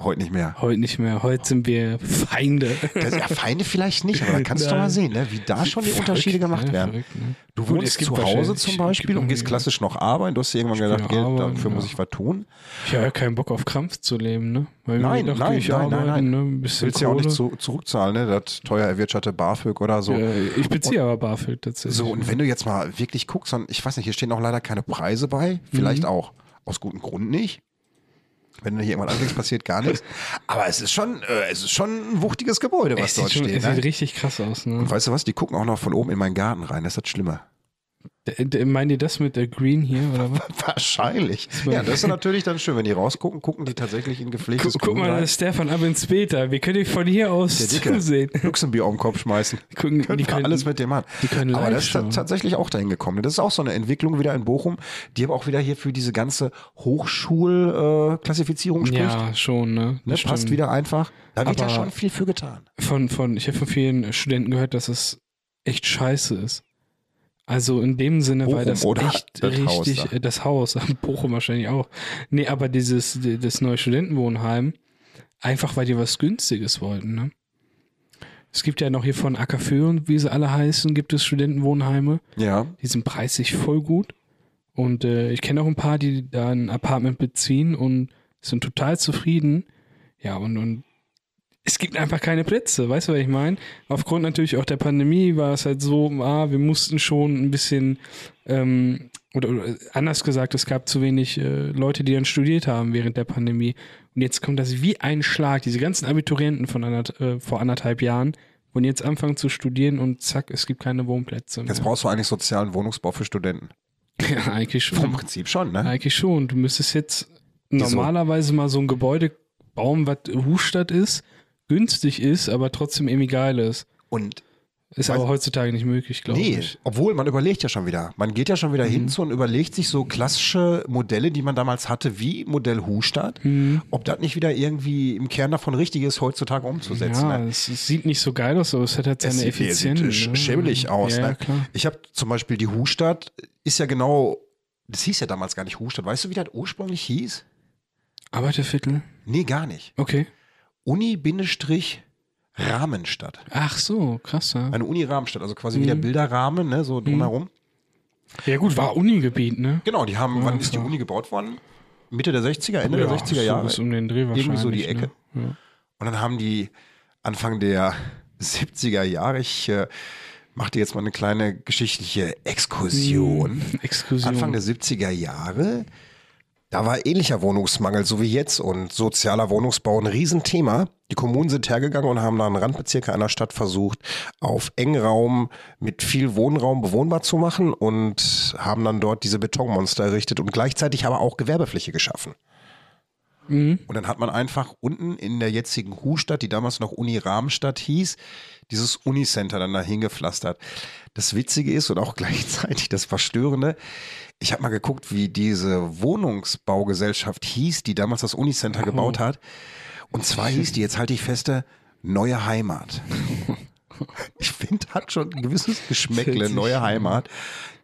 S2: Heute nicht mehr.
S3: Heute nicht mehr. Heute sind wir Feinde.
S2: Das, ja, Feinde vielleicht nicht, aber da kannst du
S3: Nein.
S2: mal sehen, ne, wie da schon die
S3: Verrückt,
S2: Unterschiede gemacht
S3: ne?
S2: werden.
S3: Verrückt, ne?
S2: Du
S3: Gut, es
S2: wohnst
S3: gibt
S2: zu Hause
S3: wahrscheinlich-
S2: zum
S3: es
S2: Beispiel
S3: gibt
S2: und gehst
S3: irgendwie-
S2: klassisch noch arbeiten. Du hast dir irgendwann gedacht,
S3: will
S2: Geld,
S3: arbeiten,
S2: dafür muss
S3: ja.
S2: ich was tun.
S3: Ich habe ja keinen Bock auf Krampf zu leben, ne? Weil
S2: Nein,
S3: mir
S2: nein,
S3: ich
S2: nein, nein, nein.
S3: arbeiten, Ne? Ein bisschen
S2: Willst ja auch nicht
S3: Kohle.
S2: zu, zurückzahlen, ne? Das teuer erwirtschaftete BAföG oder so.
S3: Ja, ich beziehe aber BAföG tatsächlich.
S2: So, und wenn du jetzt mal wirklich guckst, dann, ich weiß nicht, hier stehen auch leider keine Preise
S3: Mhm.
S2: bei. Vielleicht auch aus gutem Grund nicht. Wenn du hier irgendwann anfängst, passiert gar nichts. Aber es ist schon, äh, es ist schon ein wuchtiges Gebäude, was
S3: es sieht,
S2: dort
S3: schon,
S2: steht.
S3: es
S2: Ne?
S3: sieht richtig krass aus, ne?
S2: Und weißt du was? Die gucken auch noch von oben in meinen Garten rein. Das ist das Schlimme.
S3: D- d- Meint ihr das mit der Green hier oder was?
S2: Wahrscheinlich. Ja, das ist natürlich dann schön. Wenn die rausgucken, gucken die tatsächlich in gepflegtes
S3: Guck, guck mal,
S2: Grünland.
S3: das ist Stefan ab ins Peter. Wir können dich von hier aus
S2: Der Dicke.
S3: zusehen.
S2: Luxembier auf den Kopf schmeißen.
S3: Gucken,
S2: Können
S3: die
S2: wir
S3: können-
S2: alles mit dem an.
S3: die können
S2: aber
S3: live
S2: das ist ta-
S3: schauen.
S2: tatsächlich auch dahin gekommen. Das ist auch so eine Entwicklung wieder in Bochum, die aber auch wieder hier für diese ganze Hochschulklassifizierung spricht.
S3: Ja, schon, ne?
S2: ne,
S3: Das
S2: passt
S3: stimmt.
S2: wieder einfach. Da wird ja
S3: Aber-
S2: schon viel für getan.
S3: Von, von, ich habe von vielen Studenten gehört, dass es echt scheiße ist. Also in dem Sinne, weil
S2: Bochum
S3: das
S2: oder
S3: echt
S2: das Haus
S3: richtig,
S2: da?
S3: äh, das Haus, Bochum wahrscheinlich auch. Nee, aber dieses, die- das neue Studentenwohnheim, einfach weil die was Günstiges wollten, ne? Es gibt ja noch hier von Ackerfö und wie sie alle heißen, gibt es Studentenwohnheime.
S2: Ja.
S3: Die sind preislich voll gut. Und äh, ich kenne auch ein paar, die da ein Apartment beziehen und sind total zufrieden. Ja, und, und es gibt einfach keine Plätze, weißt du, was ich meine? Aufgrund natürlich auch der Pandemie war es halt so, ah, wir mussten schon ein bisschen, ähm, oder, oder anders gesagt, es gab zu wenig äh, Leute, die dann studiert haben während der Pandemie. Und jetzt kommt das wie ein Schlag, diese ganzen Abiturienten von anderth äh, vor anderthalb Jahren wollen jetzt anfangen zu studieren und zack, es gibt keine Wohnplätze. mehr.
S2: Jetzt brauchst du eigentlich sozialen Wohnungsbau für Studenten.
S3: Ja, eigentlich
S2: Vom
S3: schon.
S2: Prinzip schon, ne?
S3: Eigentlich schon. Du müsstest jetzt
S2: Wieso?
S3: normalerweise mal so ein Gebäude bauen, was Hustadt ist, günstig ist, aber trotzdem irgendwie geil ist.
S2: Und
S3: Ist
S2: Weiß-
S3: aber heutzutage nicht Mhm. möglich, glaube
S2: nee,
S3: ich.
S2: obwohl man überlegt ja schon wieder. Man geht ja schon wieder hin zu und überlegt sich so klassische Modelle, die man damals hatte, wie Modell Hustadt,
S3: Mhm.
S2: ob das nicht wieder irgendwie im Kern davon richtig ist, heutzutage umzusetzen.
S3: Ja,
S2: ne?
S3: es, es sieht nicht so geil aus, aber es hat halt seine
S2: sieht-
S3: Effizienz.
S2: sieht sch-
S3: ne?
S2: schäbig aus.
S3: Ja, ja,
S2: ne?
S3: klar.
S2: Ich habe zum Beispiel die Hustadt, ist ja genau, das hieß ja damals gar nicht Hustadt. Weißt du, wie das ursprünglich hieß?
S3: Arbeiterviertel.
S2: Nee, gar nicht.
S3: Okay.
S2: Uni-Rahmenstadt.
S3: Ach so, krass. Ja,
S2: Eine Uni-Rahmenstadt, also quasi wie
S3: Mhm.
S2: der Bilderrahmen, ne, so drumherum.
S3: ja gut, war Unigebiet, ne?
S2: Genau, die haben, wann ist die
S3: klar.
S2: Uni gebaut worden? Mitte der 60er, Ende
S3: Ja,
S2: der 60er
S3: so
S2: Jahre.
S3: bis um den Dreh
S2: Irgendwie so die
S3: wahrscheinlich, Ne? Ja.
S2: Und dann haben die Anfang der 70er Jahre, ich äh, mache dir jetzt mal eine kleine geschichtliche Exkursion.
S3: Hm, Exkursion.
S2: Anfang der 70er Jahre, da war ähnlicher Wohnungsmangel, so wie jetzt, und sozialer Wohnungsbau ein Riesenthema. Die Kommunen sind hergegangen und haben dann Randbezirke einer Stadt versucht, auf Engraum mit viel Wohnraum bewohnbar zu machen und haben dann dort diese Betonmonster errichtet und gleichzeitig aber auch Gewerbefläche geschaffen. Und dann hat man einfach unten in der jetzigen Hustadt, die damals noch Uni-Rahmenstadt hieß, dieses Unicenter dann dahin gepflastert. Das Witzige ist und auch gleichzeitig das Verstörende, ich habe mal geguckt, wie diese Wohnungsbaugesellschaft hieß, die damals das Unicenter gebaut hat. Und zwar hieß die, jetzt halte ich feste, Neue Heimat. Ich finde, hat schon ein gewisses Geschmäckle,
S3: Witzig.
S2: Neue Heimat.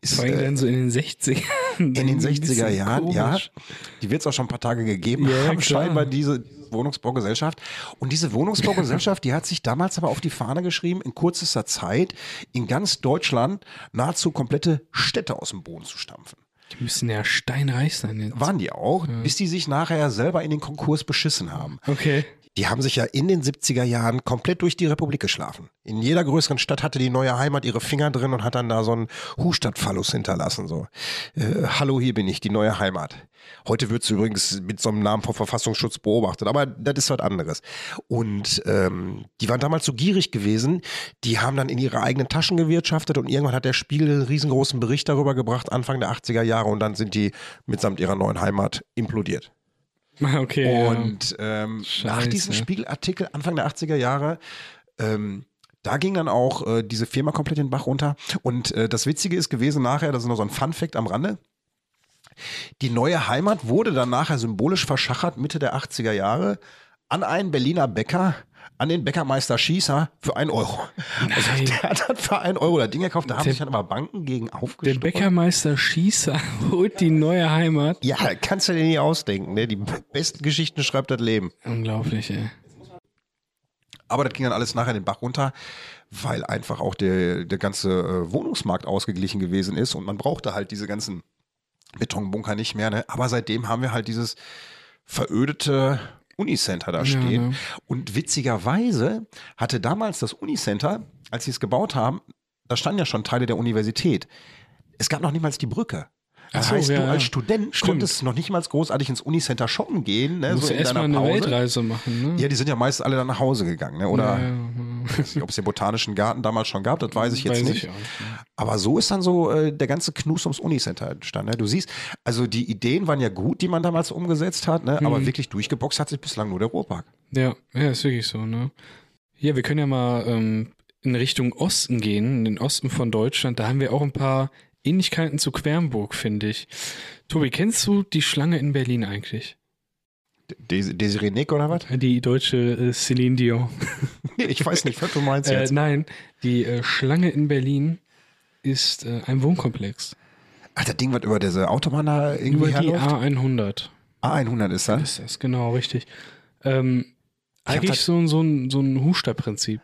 S2: Ist,
S3: Vor allem
S2: äh,
S3: dann so in den 60ern.
S2: in den 60er Jahren, ja. Die wird es auch schon ein paar Tage gegeben
S3: Ja,
S2: haben,
S3: klar.
S2: scheinbar diese Wohnungsbaugesellschaft. Und diese Wohnungsbaugesellschaft, die hat sich damals aber auf die Fahne geschrieben, in kürzester Zeit in ganz Deutschland nahezu komplette Städte aus dem Boden zu stampfen.
S3: Die müssen ja steinreich sein jetzt.
S2: Waren die auch, bis die sich nachher selber in den Konkurs beschissen haben.
S3: Okay.
S2: Die haben sich ja in den 70er Jahren komplett durch die Republik geschlafen. In jeder größeren Stadt hatte die neue Heimat ihre Finger drin und hat dann da so einen Hustadt-Phallus hinterlassen. So, äh, hallo, hier bin ich, die neue Heimat. Heute wird es übrigens mit so einem Namen vom Verfassungsschutz beobachtet, aber das ist was anderes. Und ähm, die waren damals so gierig gewesen, die haben dann in ihre eigenen Taschen gewirtschaftet und irgendwann hat der Spiegel einen riesengroßen Bericht darüber gebracht, Anfang der 80er Jahre und dann sind die mitsamt ihrer neuen Heimat implodiert.
S3: Okay.
S2: Und ähm, nach
S3: Scheiße.
S2: diesem Spiegelartikel Anfang der 80er Jahre, ähm, da ging dann auch äh, diese Firma komplett den Bach runter. Und äh, das Witzige ist gewesen nachher, das ist noch so ein Fun-Fact am Rande. Die neue Heimat wurde dann nachher symbolisch verschachert Mitte der 80er Jahre an einen Berliner Bäcker, an den Bäckermeister Schießer für einen Euro.
S3: Nein.
S2: Der hat dann für einen Euro das Ding gekauft, da haben
S3: Der-
S2: sich dann aber Banken gegen
S3: Der
S2: aufgestellt.
S3: Bäckermeister Schießer holt die neue Heimat.
S2: Ja, kannst du dir nicht ausdenken. Ne? Die besten Geschichten schreibt das Leben.
S3: Unglaublich, ey.
S2: Aber das ging dann alles nachher in den Bach runter, weil einfach auch der, der ganze äh, Wohnungsmarkt ausgeglichen gewesen ist und man brauchte halt diese ganzen Betonbunker nicht mehr. Ne? Aber seitdem haben wir halt dieses verödete Unicenter da stehen.
S3: ne.
S2: Und witzigerweise hatte damals das Unicenter, als sie es gebaut haben, da standen ja schon Teile der Universität. Es gab noch niemals die Brücke. Das
S3: Ach so,
S2: heißt,
S3: ja,
S2: du als
S3: ja.
S2: Student
S3: Stimmt.
S2: konntest noch nicht mal großartig ins Unicenter shoppen gehen, ne?
S3: Muss
S2: so in
S3: erstmal
S2: deiner
S3: eine
S2: Pause.
S3: Weltreise machen, ne?
S2: Ja, die sind ja meist alle dann nach Hause gegangen, ne?
S3: Ja,
S2: Oder
S3: ja, ja.
S2: weiß nicht, ob es den Botanischen Garten damals schon gab, das weiß ich jetzt
S3: Weiß
S2: nicht.
S3: ich auch nicht, ne?
S2: Aber so ist dann so äh, der ganze Knus ums Unicenter entstanden. Ne? Du siehst, also die Ideen waren ja gut, die man damals umgesetzt hat, ne?
S3: Mhm.
S2: aber wirklich durchgeboxt hat sich bislang nur der Ruhrpark.
S3: Ja, ja, ist wirklich so, ne? Ja, wir können ja mal ähm, in Richtung Osten gehen, in den Osten von Deutschland. Da haben wir auch ein paar Ähnlichkeiten zu Quernburg, finde ich. Tobi, kennst du die Schlange in Berlin eigentlich?
S2: Des Desiree Nick oder was?
S3: Die deutsche äh, Celine Dion.
S2: Nee, ich weiß nicht, was du meinst
S3: Äh,
S2: jetzt.
S3: nein, die äh, Schlange in Berlin ist äh, ein Wohnkomplex.
S2: Ach, das Ding, was über diese Autobahn da irgendwie
S3: Über die
S2: herläuft?
S3: A100.
S2: A100 ist das?
S3: Ist das genau richtig? Ähm,
S2: Ich hab
S3: eigentlich
S2: das-
S3: so, ein- so ein, so ein Huster-Prinzip.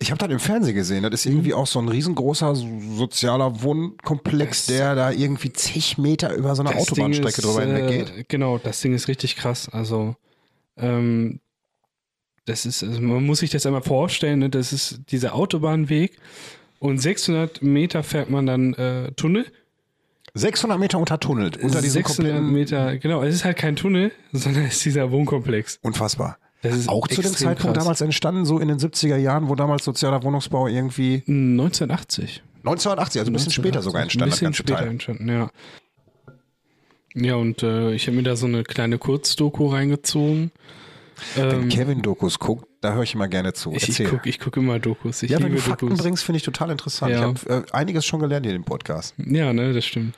S2: Ich habe das im Fernsehen gesehen. Das ist
S3: Mhm.
S2: irgendwie auch so ein riesengroßer so- sozialer Wohnkomplex,
S3: Das-
S2: der da irgendwie zig Meter über so eine
S3: Das Ding
S2: Autobahnstrecke
S3: ist,
S2: drüber
S3: äh,
S2: hinweg geht.
S3: Genau, das Ding ist richtig krass. Also, ähm, das ist, also man muss sich das einmal vorstellen, ne? das ist dieser Autobahnweg und 600 Meter fährt man dann äh, Tunnel.
S2: 600 Meter untertunnelt. Unter diesem
S3: 600
S2: kompletten.
S3: Meter, genau, es ist halt kein Tunnel, sondern es ist dieser Wohnkomplex.
S2: Unfassbar.
S3: Das ist
S2: Auch zu dem
S3: extrem
S2: Zeitpunkt
S3: krass.
S2: damals entstanden, so in den 70er Jahren, wo damals sozialer Wohnungsbau irgendwie
S3: 1980.
S2: 1980, also ein bisschen später sogar entstanden,
S3: Ein Hm, bisschen
S2: das ganze
S3: später
S2: Teil.
S3: entstanden, ja. Ja, und äh, ich habe mir da so eine kleine Kurzdoku reingezogen.
S2: Wenn
S3: Ähm,
S2: Kevin Dokus guckt, da höre ich immer gerne zu.
S3: Ich, ich
S2: Erzähl.
S3: gucke ich guck immer Dokus. Ich
S2: ja, wenn
S3: liebe
S2: du Fakten
S3: Dokus.
S2: bringst, finde ich total interessant.
S3: Ja.
S2: Ich habe äh, einiges schon gelernt hier im Podcast.
S3: Ja, ne, das stimmt.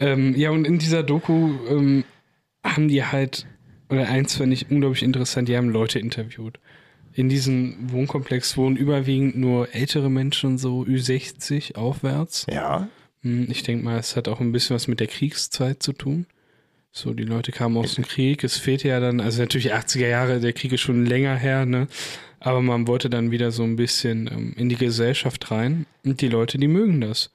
S3: Ähm, ja, und in dieser Doku ähm, haben die halt, oder eins fand ich unglaublich interessant, die haben Leute interviewt. In diesem Wohnkomplex wohnen überwiegend nur ältere Menschen, so Ü60 aufwärts.
S2: Ja.
S3: Hm, Ich denke mal, es hat auch ein bisschen was mit der Kriegszeit zu tun. So, die Leute kamen aus dem Krieg. Es fehlte ja dann, also natürlich 80er Jahre, der Krieg ist schon länger her, ne? Aber man wollte dann wieder so ein bisschen ähm, in die Gesellschaft rein. Und die Leute, die mögen das.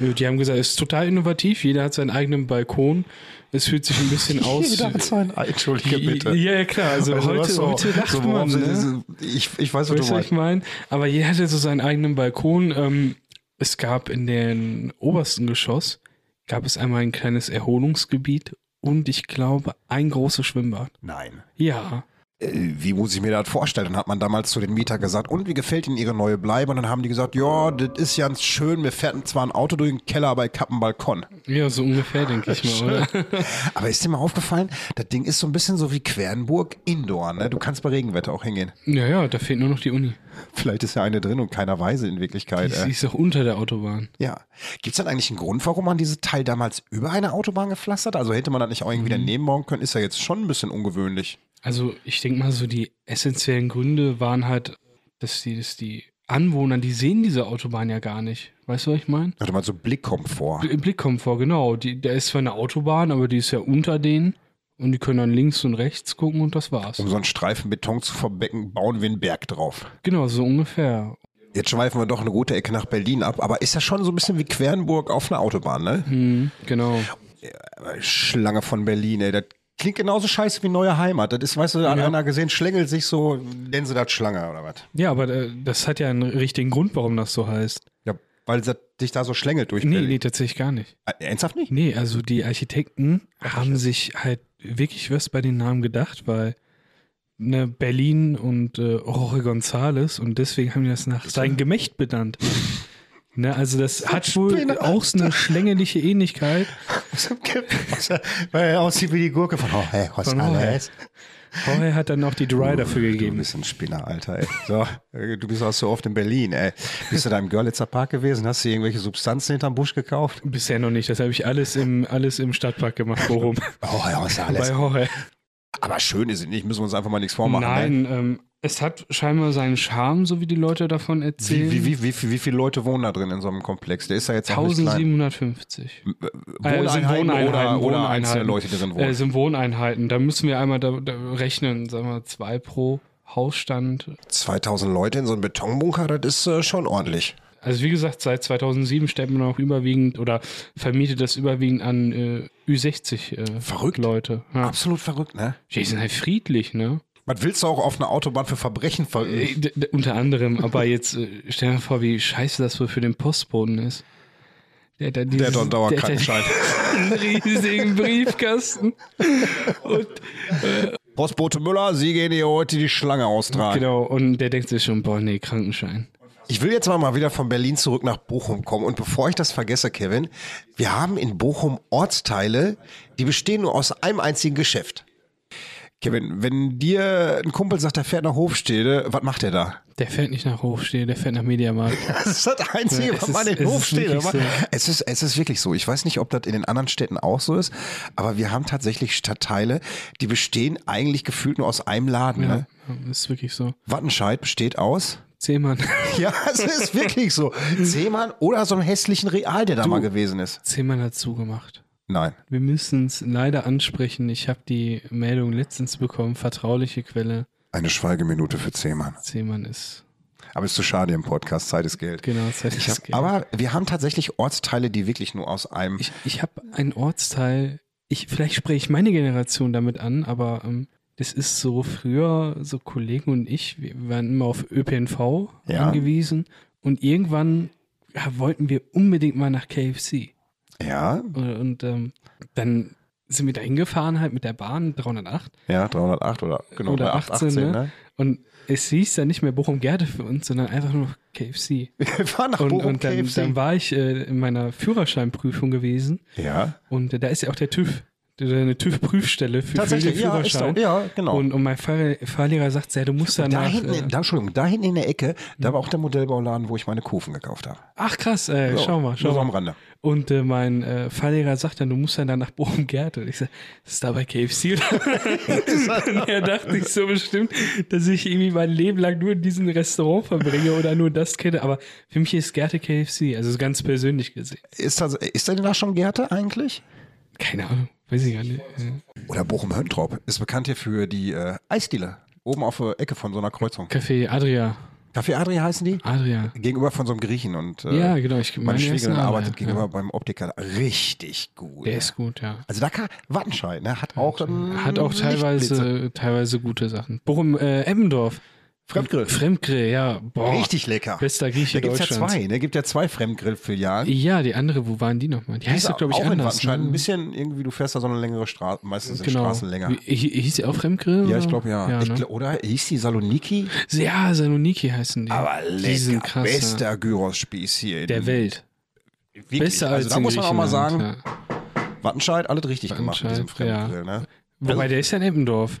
S3: Äh, Die haben gesagt, es ist total innovativ. Jeder hat seinen eigenen Balkon. Es fühlt sich ein bisschen aus.
S2: Jeder hat seinen Entschuldige bitte.
S3: Ja, ja, klar. Also, heute,
S2: weißt du,
S3: heute lacht
S2: so, worauf
S3: man.
S2: sie-
S3: Ne?
S2: diese- ich, ich weiß, was
S3: Weißt
S2: du
S3: du, was
S2: meinst.
S3: ich meine? Aber jeder hatte so seinen eigenen Balkon. Ähm, es gab in dem obersten Geschoss, gab es einmal ein kleines Erholungsgebiet und ich glaube ein großes Schwimmbad.
S2: Nein.
S3: Ja.
S2: Äh, Wie muss ich mir das vorstellen? Dann hat man damals zu den Mieter gesagt, und wie gefällt Ihnen Ihre neue Bleibe? Und dann haben die gesagt, ja, das ist ja schön, mir fährt zwar ein Auto durch den Keller, aber ich hab einen Balkon.
S3: Ja, so ungefähr, denke ich mal, oder?
S2: Aber ist dir mal aufgefallen, das Ding ist so ein bisschen so wie Quernburg Indoor, ne? Du kannst bei Regenwetter auch hingehen.
S3: Ja, ja, da fehlt nur noch die Uni.
S2: Vielleicht ist ja eine drin und keiner weiß in Wirklichkeit.
S3: Die ist- die
S2: Äh.
S3: ist auch unter der Autobahn.
S2: Ja. Gibt's dann eigentlich einen Grund, warum man diese Teil damals über eine Autobahn gepflastert? Also hätte man das nicht auch irgendwie daneben bauen können? Ist ja jetzt schon ein bisschen ungewöhnlich.
S3: Also ich denke mal, so die essentiellen Gründe waren halt, dass die, dass die Anwohner, die sehen diese Autobahn ja gar nicht. Weißt du, was ich meine?
S2: Hatte mal so Blickkomfort.
S3: Im Blickkomfort, genau. Die, da ist zwar eine Autobahn, aber die ist ja unter denen und die können dann links und rechts gucken und das war's.
S2: Um so einen Streifen Beton zu verbecken, bauen wir einen Berg drauf.
S3: Genau, so ungefähr.
S2: Jetzt schweifen wir doch eine gute Ecke nach Berlin ab, aber ist das schon so ein bisschen wie Quernburg auf einer Autobahn, ne?
S3: Hm, genau.
S2: Schlange von Berlin, ey. Das klingt genauso scheiße wie Neue Heimat. Das ist, weißt du, da hat
S3: Ja.
S2: einer gesehen, schlängelt sich so, nennen sie das Schlange oder was?
S3: Ja, aber äh, das hat ja einen richtigen Grund, warum das so heißt.
S2: Ja, weil das sich da so schlängelt durch
S3: Nee,
S2: Berlin.
S3: nee, tatsächlich gar nicht.
S2: Äh, Ernsthaft nicht?
S3: Nee, also die Architekten haben sich halt wirklich was bei den Namen gedacht, weil ne, Berlin und äh, Jorge Gonzales und deswegen haben die das nach seinem Gemächt benannt. Ne, also das hat wohl
S2: Spinner,
S3: auch so eine schlängeliche Ähnlichkeit.
S2: Weil er aussieht wie die Gurke von, oh, hey, was
S3: Von
S2: alles?
S3: Jorge hat dann auch die Dry dafür
S2: Du
S3: gegeben.
S2: bist ein Spinner, Alter, ey. So, äh, du bist auch so oft in Berlin, ey. Bist du da im Görlitzer Park gewesen? Hast du irgendwelche Substanzen hinterm Busch gekauft?
S3: Bisher noch nicht. Das habe ich alles im, alles im Stadtpark gemacht, Bochum.
S2: Oh, ja, was alles.
S3: Bei Jorge.
S2: Aber schön ist es nicht, müssen wir uns einfach mal nichts vormachen. ne?
S3: Nein, ähm, es hat scheinbar seinen Charme, so wie die Leute davon erzählen.
S2: Wie, wie, wie, wie, viel- wie viele Leute wohnen da drin in so einem Komplex? Der ist ja jetzt auch nicht klein.
S3: 1750.
S2: Wohneinheiten,
S3: Äh, sind Wohneinheiten,
S2: oder, oder einzelne
S3: Wohneinheiten.
S2: Leute, die drin
S3: Äh,
S2: wohnen.
S3: sind Wohneinheiten. Da müssen wir einmal da, da rechnen, sagen wir zwei pro Hausstand.
S2: 2000 Leute in so einem Betonbunker, das ist äh, schon ordentlich.
S3: Also wie gesagt, seit 2007 stellt man auch überwiegend oder vermietet das überwiegend an äh, Ü60 äh,
S2: Verrückt.
S3: Leute. Ja.
S2: Absolut verrückt, ne?
S3: Die sind halt friedlich, ne?
S2: Was willst du auch auf einer Autobahn für Verbrechen
S3: Äh,
S2: verüben?
S3: d- d- unter anderem, aber jetzt äh, stell dir vor, wie scheiße das wohl für den Postboten ist. Der, der,
S2: Der
S3: dieses-
S2: hat doch einen Dauerkrankenschein.
S3: der- der- einen riesigen Briefkasten. Und, äh,
S2: Postbote Müller, Sie gehen hier heute die Schlange austragen.
S3: Genau, und der denkt sich schon, boah, nee, Krankenschein.
S2: Ich will jetzt mal, mal wieder von Berlin zurück nach Bochum kommen. Und bevor ich das vergesse, Kevin, wir haben in Bochum Ortsteile, die bestehen nur aus einem einzigen Geschäft. Kevin, wenn dir ein Kumpel sagt, er fährt nach Hofstede, was macht er da?
S3: Der fährt nicht nach Hochstede, der fährt nach Mediamarkt.
S2: Das ist das
S3: Ja,
S2: Einzige,
S3: es
S2: was man
S3: ist-
S2: in
S3: es
S2: Hof
S3: ist
S2: steht.
S3: wirklich
S2: Aber
S3: so.
S2: Es, ist, es ist wirklich so. Ich weiß nicht, ob das in den anderen Städten auch so ist, aber wir haben tatsächlich Stadtteile, die bestehen eigentlich gefühlt nur aus einem Laden. Ne?
S3: Das ist wirklich so.
S2: Wattenscheid besteht aus.
S3: Zehmann.
S2: Ja, es ist wirklich so. Seemann oder so einem hässlichen Real, der da mal gewesen ist.
S3: Zehmann hat zugemacht.
S2: Nein.
S3: Wir müssen es leider ansprechen. Ich habe die Meldung letztens bekommen, vertrauliche Quelle.
S2: Eine Schweigeminute für Zehmann.
S3: Zehmann ist
S2: Aber ist zu schade im Podcast. Zeit ist Geld.
S3: genau Zeit.
S2: Ich hab, aber wir haben tatsächlich Ortsteile, die wirklich nur aus einem.
S3: ich, ich habe einen Ortsteil. Ich, vielleicht spreche ich meine Generation damit an, aber ähm, das ist so früher, so Kollegen und ich, wir waren immer auf ÖPNV
S2: Ja.
S3: angewiesen. Und irgendwann ja, wollten wir unbedingt mal nach KFC.
S2: ja,
S3: Und, und ähm, dann sind wir da hingefahren halt mit der Bahn 308.
S2: ja, 308 oder genau
S3: Oder
S2: bei
S3: 18, ne? Und es hieß dann nicht mehr Bochum-Gerde für uns, sondern einfach nur noch KFC.
S2: Wir fahren nach
S3: Und,
S2: Bochum
S3: und dann,
S2: KFC.
S3: dann war ich äh, in meiner Führerscheinprüfung gewesen
S2: ja.
S3: und äh, da ist ja auch der TÜV, der- der- eine TÜV-Prüfstelle für, für den
S2: Tatsächlich, ja, ist
S3: Führerschein.
S2: so. Ja, genau.
S3: und, und mein Fahr Fahrlehrer sagt, ja, du musst
S2: da
S3: danach...
S2: hinten, in,
S3: äh,
S2: da, Entschuldigung, da hinten in der Ecke, da war auch der Modellbauladen, wo ich meine Kufen gekauft habe.
S3: ach krass, äh,
S2: So,
S3: schau mal,
S2: nur
S3: schau
S2: so
S3: mal.
S2: am Rande.
S3: Und äh, mein äh, Fahrlehrer sagt dann, du musst dann, dann nach Bochum-Gerte. Und ich sage, ist da bei KFC? und er dachte ich so bestimmt, dass ich irgendwie mein Leben lang nur in diesem Restaurant verbringe oder nur das kenne. Aber für mich ist Gerte KFC, also ganz persönlich gesehen.
S2: Ist, das, ist denn da schon Gerte eigentlich?
S3: Keine Ahnung, weiß ich gar nicht. Äh, Ja.
S2: Oder Bochum-Höntrop ist bekannt hier für die äh, Eisdiele. Oben auf der Ecke von so einer Kreuzung.
S3: Café Adria.
S2: Café Adria heißen die?
S3: Adria.
S2: Gegenüber von so einem Griechen. Und, äh,
S3: Ja, genau, ich-
S2: meine
S3: meine
S2: Schwiegerin
S3: ersten Arbeit,
S2: arbeitet
S3: ja.
S2: gegenüber beim Optiker. Richtig gut.
S3: Der ist gut, ja.
S2: also da kann Wattenscheid, ne, hat auch ähm,
S3: Hat auch
S2: Lichtblitze.
S3: teilweise, teilweise gute Sachen. Bochum, äh, Eppendorf.
S2: Fremdgrill.
S3: Fremdgrill, ja. Boah.
S2: richtig lecker.
S3: Bester Grieche
S2: da gibt's ja
S3: Deutschlands.
S2: zwei, ne, gibt ja zwei Fremdgrillfilialen.
S3: Ja, die andere, wo waren die nochmal? Die heißt
S2: Ist
S3: doch, glaube ich,
S2: auch in
S3: anders.
S2: Wattenscheid
S3: ne? Genau.
S2: ein bisschen irgendwie, du fährst da so eine längere Straße, meistens sind Straßen länger.
S3: Wie- hi- Hieß sie auch Remgrill?
S2: Ja, ich glaube ja.
S3: Ja,
S2: ich
S3: ne?
S2: gl oder hieß die Saloniki?
S3: ja Saloniki heißen die.
S2: Aber lecker,
S3: die sind krass. ja.
S2: bester Gyros-Spieß hier. in-
S3: Der Welt.
S2: Wirklich.
S3: Besser als
S2: Also da
S3: in
S2: muss man auch mal sagen,
S3: Griechenland,
S2: Wattenscheid, alles richtig gemacht mit diesem
S3: Wattenscheid, ja.
S2: Fremdgrill, ne?
S3: Ja. Wobei, der ist ja in Eppendorf.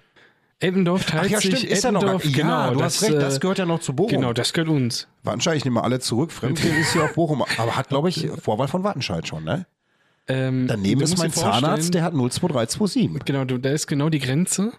S3: Eppendorf teilt
S2: Ach ja,
S3: sich.
S2: stimmt, ist ja noch gar,
S3: Eppendorf,
S2: Ja,
S3: genau,
S2: du hast recht,
S3: äh,
S2: das gehört ja noch zu Bochum.
S3: Genau, das gehört uns.
S2: Wattenscheid, ich nehme alle zurück, Fremdgrill ist hier auch Bochum, aber hat, glaube ich, Vorwahl von Wattenscheid schon, ne?
S3: Ähm,
S2: Daneben
S3: du
S2: ist
S3: musst
S2: mein
S3: dir vorstellen-
S2: Zahnarzt, der hat 02327.
S3: Genau, du, da ist genau die Grenze.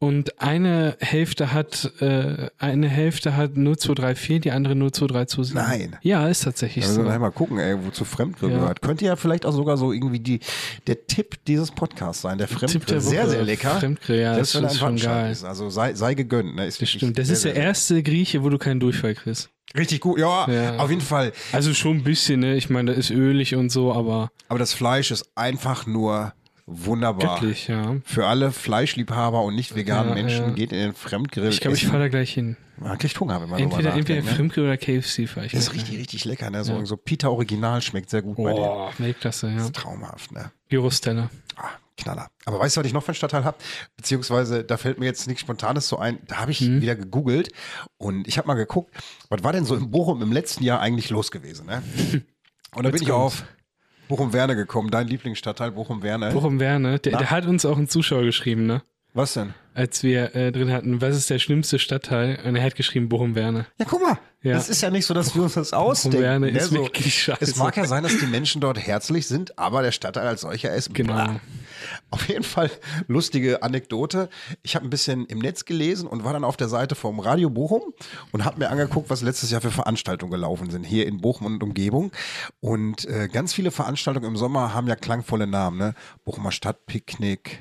S3: Und eine Hälfte hat äh, eine Hälfte hat 0234, die andere 02327.
S2: Nein.
S3: Ja, ist tatsächlich
S2: Ja, wir
S3: so.
S2: müssen gleich mal gucken, ey, wozu Fremdgrill
S3: Ja.
S2: gehört. Könnte ja vielleicht auch sogar so irgendwie die, der Tipp dieses Podcasts sein. Der Fremdgrill.
S3: Tipp der
S2: sehr,
S3: Woche.
S2: sehr lecker.
S3: Fremdgrill, ja,
S2: Selbst
S3: das
S2: wenn er
S3: ist
S2: in
S3: schon
S2: Wattenscheid
S3: geil.
S2: Ist. Also sei, sei gegönnt. Ne? Ist
S3: Das
S2: wirklich
S3: stimmt. Das
S2: sehr,
S3: ist der
S2: sehr lecker.
S3: erste Grieche, wo du keinen Durchfall kriegst.
S2: Richtig gut, ja,
S3: Ja.
S2: Auf jeden Fall.
S3: Also schon ein bisschen, ne? Ich meine, da ist ölig und so, aber
S2: Aber das Fleisch ist einfach nur wunderbar.
S3: göttlich, ja.
S2: Für alle Fleischliebhaber und nicht veganen
S3: Ja,
S2: Menschen
S3: ja.
S2: geht in den Fremdgrill.
S3: Ich glaube, ich
S2: essen.
S3: fahre da gleich hin.
S2: Man kriegt Hunger, wenn man
S3: Entweder,
S2: drüber
S3: entweder
S2: nachdenkt. Ne?
S3: Frimke oder KFC fahre ich.
S2: Das ist
S3: gleich.
S2: richtig, richtig lecker. Ne? So, so Pita Original schmeckt sehr gut bei dir.
S3: Boah, Weltklasse, ja.
S2: Traumhaft, ne?
S3: Gyrosteller.
S2: Ah, Knaller. Aber weißt du, was ich noch für einen Stadtteil habe? Beziehungsweise, da fällt mir jetzt nichts Spontanes so ein. Da habe ich
S3: Mhm.
S2: wieder gegoogelt und ich habe mal geguckt, was war denn so in Bochum im letzten Jahr eigentlich los gewesen? Ne? Und da bin
S3: Jetzt
S2: ich
S3: kommt's.
S2: auf Bochum-Werne gekommen, dein Lieblingsstadtteil Bochum-Werne.
S3: Bochum Werner, der, der hat uns auch ein Zuschauer geschrieben, ne?
S2: Was denn?
S3: Als wir äh, drin hatten, was ist der schlimmste Stadtteil? Und er hat geschrieben Bochum Werner.
S2: Ja, guck mal.
S3: Ja.
S2: Das ist ja nicht so, dass wir uns das ausdenken.
S3: Werne
S2: ne?
S3: ist wirklich scheiße.
S2: Es mag ja sein, dass die Menschen dort herzlich sind, aber der Stadtteil als solcher ist
S3: Genau.
S2: blah. Auf jeden Fall lustige Anekdote. Ich habe ein bisschen im Netz gelesen und war dann auf der Seite vom Radio Bochum und habe mir angeguckt, was letztes Jahr für Veranstaltungen gelaufen sind hier in Bochum und Umgebung. Und äh, ganz viele Veranstaltungen im Sommer haben ja klangvolle Namen. Ne? Bochumer Stadtpicknick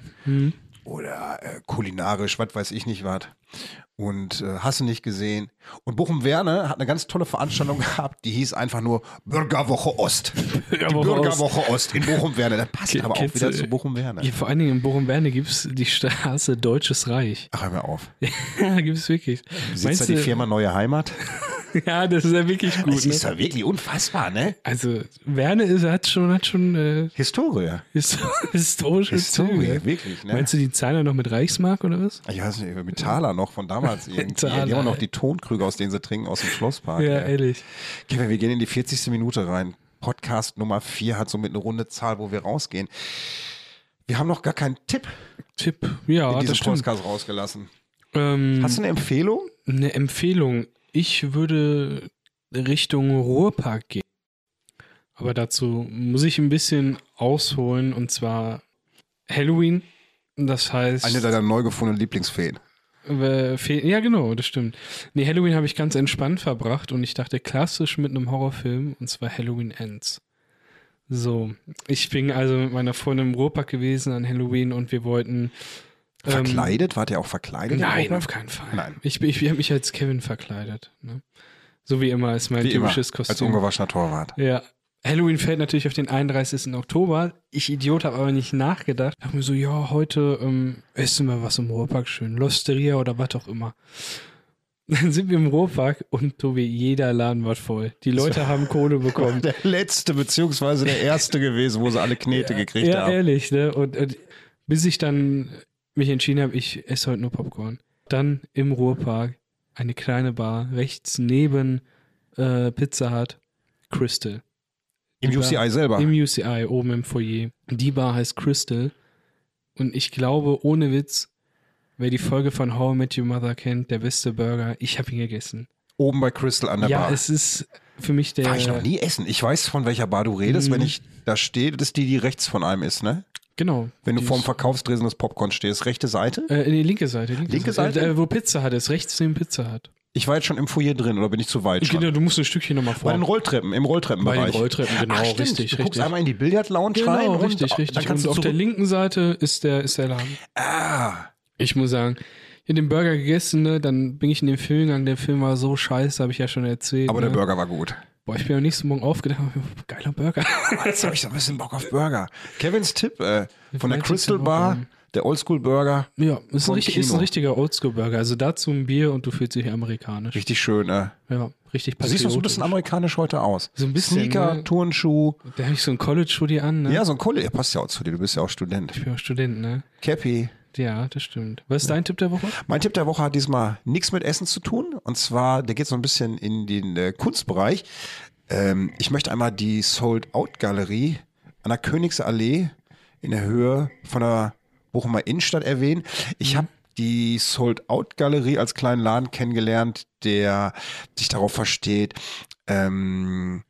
S2: oder äh, kulinarisch, was weiß ich nicht was. Und äh, hast du nicht gesehen. Und Bochum-Werne hat eine ganz tolle Veranstaltung gehabt, die hieß einfach nur Bürgerwoche Ost. die
S3: Bürgerwoche
S2: Bürgerwoche Ost, in Bochum-Werne. Das passt
S3: Ke-
S2: aber auch
S3: kennst
S2: wieder
S3: du-
S2: zu Bochum-Werne.
S3: Hier, vor allen Dingen in Bochum Werner gibt es die Straße Deutsches Reich.
S2: Ach, hör mir auf.
S3: gibt es wirklich.
S2: halt Sitzt da die Firma Neue Heimat?
S3: ja, das ist ja wirklich gut.
S2: Das
S3: Ne?
S2: ist halt- ja wirklich unfassbar, ne?
S3: Also, Werner ist, hat schon, hat schon äh,
S2: Historie.
S3: his- historische
S2: Historie,
S3: Züge.
S2: wirklich, ne?
S3: Meinst du die Zahler noch mit Reichsmark oder was?
S2: Ich weiß nicht, mit Thaler noch von damals irgendwie. Die haben
S3: Thaler,
S2: immer noch
S3: ey.
S2: die Tonkrüge, aus denen sie trinken, aus dem Schlosspark.
S3: Ja,
S2: ey.
S3: ehrlich.
S2: Kevin, wir gehen in die 40. Minute rein. Podcast Nummer 4 hat somit eine runde Zahl, wo wir rausgehen. Wir haben noch gar keinen Tipp
S3: Tipp. Ja,
S2: in
S3: das
S2: diesem
S3: stimmt.
S2: Podcast rausgelassen.
S3: Ähm,
S2: Hast du eine Empfehlung?
S3: eine Empfehlung? Ich würde Richtung Ruhrpark gehen. Aber dazu muss ich ein bisschen ausholen und zwar Halloween. Das heißt.
S2: Eine deiner neu gefundenen Lieblingsfeen.
S3: Äh, fe- Ja, genau, das stimmt. Nee, Halloween habe ich ganz entspannt verbracht und ich dachte klassisch mit einem Horrorfilm und zwar Halloween Ends. So, ich bin also mit meiner Freundin im Ruhrpark gewesen an Halloween und wir wollten. ähm,
S2: Verkleidet? Wart ihr auch verkleidet?
S3: Nein,
S2: Europa?
S3: auf keinen Fall.
S2: Nein.
S3: Ich, bin- ich, ich habe mich als Kevin verkleidet. Ne? So wie immer ist mein
S2: Wie immer,
S3: typisches
S2: als
S3: Kostüm.
S2: ungewaschener Torwart.
S3: Ja. Halloween fällt natürlich auf den 31. Oktober. Ich Idiot habe aber nicht nachgedacht. Ich habe mir so, ja, heute ähm, essen wir was im Ruhrpark schön. Losteria oder was auch immer. Dann sind wir im Ruhrpark und Tobi, jeder Laden war voll. Die Leute haben Kohle bekommen.
S2: Der letzte, beziehungsweise der erste gewesen, wo sie alle Knete gekriegt
S3: ja,
S2: haben.
S3: ehrlich, ne? Und, und bis ich dann mich entschieden habe, ich esse heute nur Popcorn. Dann im Ruhrpark eine kleine Bar rechts neben äh, Pizza Hut, Crystal.
S2: Im UCI selber.
S3: Im UCI, oben im Foyer. Die Bar heißt Crystal. Und ich glaube, ohne Witz, wer die Folge von How I Met Your Mother kennt, der beste Burger, ich habe ihn gegessen.
S2: Oben bei Crystal an der
S3: ja,
S2: Bar.
S3: es ist für mich der.
S2: War ich noch nie essen. Ich weiß, von welcher Bar du redest,
S3: Mhm.
S2: wenn ich da stehe. Das ist die, die rechts von einem ist, ne?
S3: Genau.
S2: Wenn du
S3: Die
S2: vorm
S3: ist-
S2: Verkaufsdresen des Popcorn stehst, rechte Seite.
S3: Äh, nee, linke Seite. Linke,
S2: Linke Seite?
S3: Äh, wo Pizza hat, ist rechts neben Pizza hat.
S2: Ich war jetzt schon im Foyer drin oder bin ich zu weit schon?
S3: Genau, du musst ein Stückchen nochmal vor.
S2: Bei den Rolltreppen, im
S3: Bei
S2: Rolltreppenbereich.
S3: den Rolltreppen, genau,
S2: Ach, stimmt.
S3: richtig,
S2: du guckst
S3: richtig.
S2: einmal in die Billardlounge
S3: genau,
S2: rein
S3: richtig,
S2: und
S3: richtig.
S2: dann kannst
S3: und auf
S2: du
S3: der
S2: zurück.
S3: linken Seite ist der, ist der Laden.
S2: Ah,
S3: Ich muss sagen, ich hab den Burger gegessen, ne? dann bin ich in den Film gegangen. Der Film war so scheiße, habe ich ja schon erzählt.
S2: aber
S3: ne?
S2: der Burger war gut.
S3: Boah, ich bin am nächsten Morgen aufgedacht, geiler Burger.
S2: Jetzt habe ich so ein bisschen Bock auf Burger. Kevins Tipp äh, von der
S3: Vielleicht
S2: Crystal
S3: ist der
S2: Bar,
S3: Burger.
S2: der Oldschool Burger,
S3: ja, ist ein,
S2: Vom
S3: richtig, ist
S2: Kino.
S3: ein richtiger Oldschool-Burger. Also dazu ein Bier und du fühlst dich amerikanisch.
S2: richtig schön. Äh.
S3: Ja, richtig
S2: Du
S3: patriotisch.
S2: siehst noch so ein bisschen amerikanisch heute aus.
S3: So ein bisschen,
S2: Sneaker,
S3: ne?
S2: Turnschuh.
S3: Da habe ich so ein College-Hoodie an, ne?
S2: Ja, so ein Kohle. Ja, passt ja auch zu dir. Du bist ja auch Student.
S3: Ich bin auch Student, ne?
S2: Cappy.
S3: Ja, das stimmt. Was ist dein Tipp der Woche?
S2: Mein Tipp der Woche hat diesmal nichts mit Essen zu tun. Und zwar, der geht so ein bisschen in den äh, Kunstbereich. Ähm, ich möchte einmal die Sold Out Galerie an der Königsallee in der Höhe von der Bochumer Innenstadt erwähnen. Ich habe die Sold Out Galerie als kleinen Laden kennengelernt, der sich darauf versteht, ähm,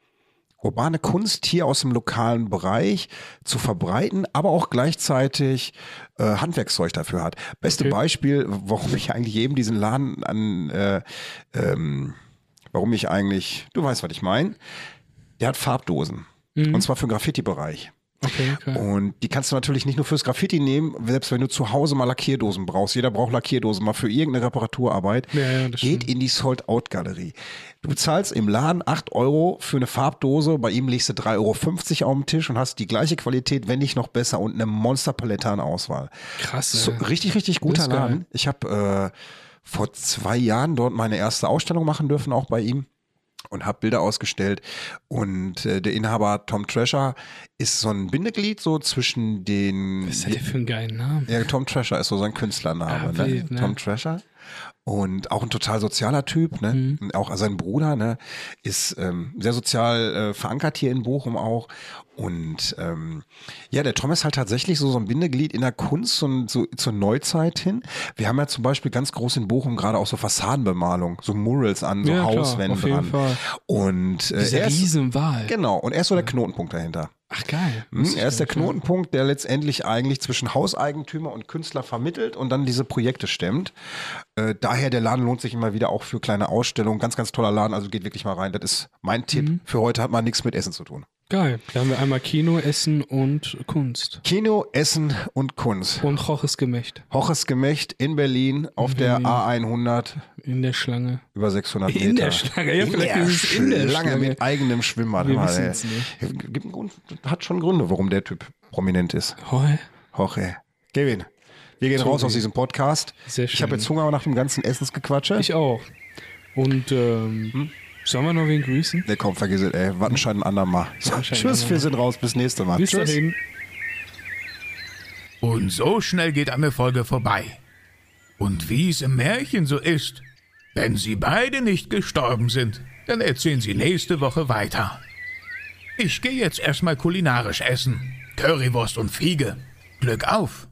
S2: urbane Kunst hier aus dem lokalen Bereich zu verbreiten, aber auch gleichzeitig äh, Handwerkszeug dafür hat. Beste
S3: Okay.
S2: Beispiel, warum ich eigentlich eben diesen Laden an, äh, ähm, warum ich eigentlich, du weißt, was ich meine, der hat Farbdosen. Und zwar für den Graffiti-Bereich.
S3: Okay, okay.
S2: Und die kannst du natürlich nicht nur fürs Graffiti nehmen, selbst wenn du zu Hause mal Lackierdosen brauchst. Jeder braucht Lackierdosen mal für irgendeine Reparaturarbeit.
S3: Ja, ja, das
S2: Geht
S3: stimmt.
S2: in die Sold-Out-Galerie. Du bezahlst im Laden 8 Euro für eine Farbdose, bei ihm legst du 3,50 Euro auf den Tisch und hast die gleiche Qualität, wenn nicht noch besser und eine Monsterpalette an Auswahl.
S3: Krass.
S2: So,
S3: äh.
S2: richtig, richtig guter
S3: ist geil.
S2: Laden. Ich habe äh, vor zwei Jahren dort meine erste Ausstellung machen dürfen, auch bei ihm. Und habe Bilder ausgestellt. Und äh, der Inhaber Tom Trasher ist so ein Bindeglied so zwischen den.
S3: Was hat der für einen geilen Namen?
S2: Ja, Tom Trasher ist so sein Künstlername.
S3: Ah,
S2: ne?
S3: wild, ne?
S2: Tom Trasher. Und auch ein total sozialer Typ, ne?
S3: Mhm.
S2: Und auch sein Bruder, ne? Ist ähm, sehr sozial äh, verankert hier in Bochum auch. Und ähm, ja, der Tom ist halt tatsächlich so, so ein Bindeglied in der Kunst und so, zur Neuzeit hin. Wir haben ja zum Beispiel ganz groß in Bochum gerade auch so Fassadenbemalung, so Murals an, so
S3: Ja, klar,
S2: Hauswänden
S3: auf jeden
S2: dran.
S3: Fall.
S2: Und äh,
S3: Dieser
S2: er ist,
S3: Riesenwahl.
S2: genau, und er ist so der Knotenpunkt dahinter.
S3: Ach, geil.
S2: Hm, er ist der Knotenpunkt, der letztendlich eigentlich zwischen Hauseigentümer und Künstler vermittelt und dann diese Projekte stemmt. Äh, daher, der Laden lohnt sich immer wieder auch für kleine Ausstellungen. Ganz, ganz toller Laden, also geht wirklich mal rein. Das ist mein Tipp.
S3: Mhm.
S2: Für heute hat mal nichts mit Essen zu tun.
S3: Geil. Da haben wir einmal Kino, Essen und Kunst.
S2: Kino, Essen und Kunst.
S3: Und Roches Gemächt
S2: Hoches Gemächt in Berlin auf der A100
S3: in der Schlange.
S2: über 600 Meter.
S3: In der Schlange, ja,
S2: in
S3: vielleicht
S2: der
S3: ist es in der
S2: Schlange
S3: Schlange.
S2: mit eigenem Schwimmbad.
S3: Wir
S2: Mal, ey.
S3: wissen's nicht.
S2: Gibt einen Grund, hat schon Gründe, warum der Typ prominent ist.
S3: Hoi.
S2: Jorge. Kevin, wir gehen raus aus diesem Podcast.
S3: Sehr
S2: Ich habe
S3: schön.
S2: jetzt Hunger nach dem ganzen Essensgequatsche. Hm?
S3: Ich auch. Und ähm, Sollen wir noch wen grüßen?
S2: Der Kopf vergiss es, ey. Wattenscheid ein andermal.
S3: Wattenscheid ein
S2: Tschüss, wir
S3: andermal.
S2: sind raus. Bis nächste Mal.
S3: Bis
S2: Tschüss.
S3: dahin.
S1: Und so schnell geht eine Folge vorbei. Und wie es im Märchen so ist, wenn sie beide nicht gestorben sind, dann erzählen sie nächste Woche weiter. Ich gehe jetzt erstmal kulinarisch essen. Currywurst und Fiege. Glück auf!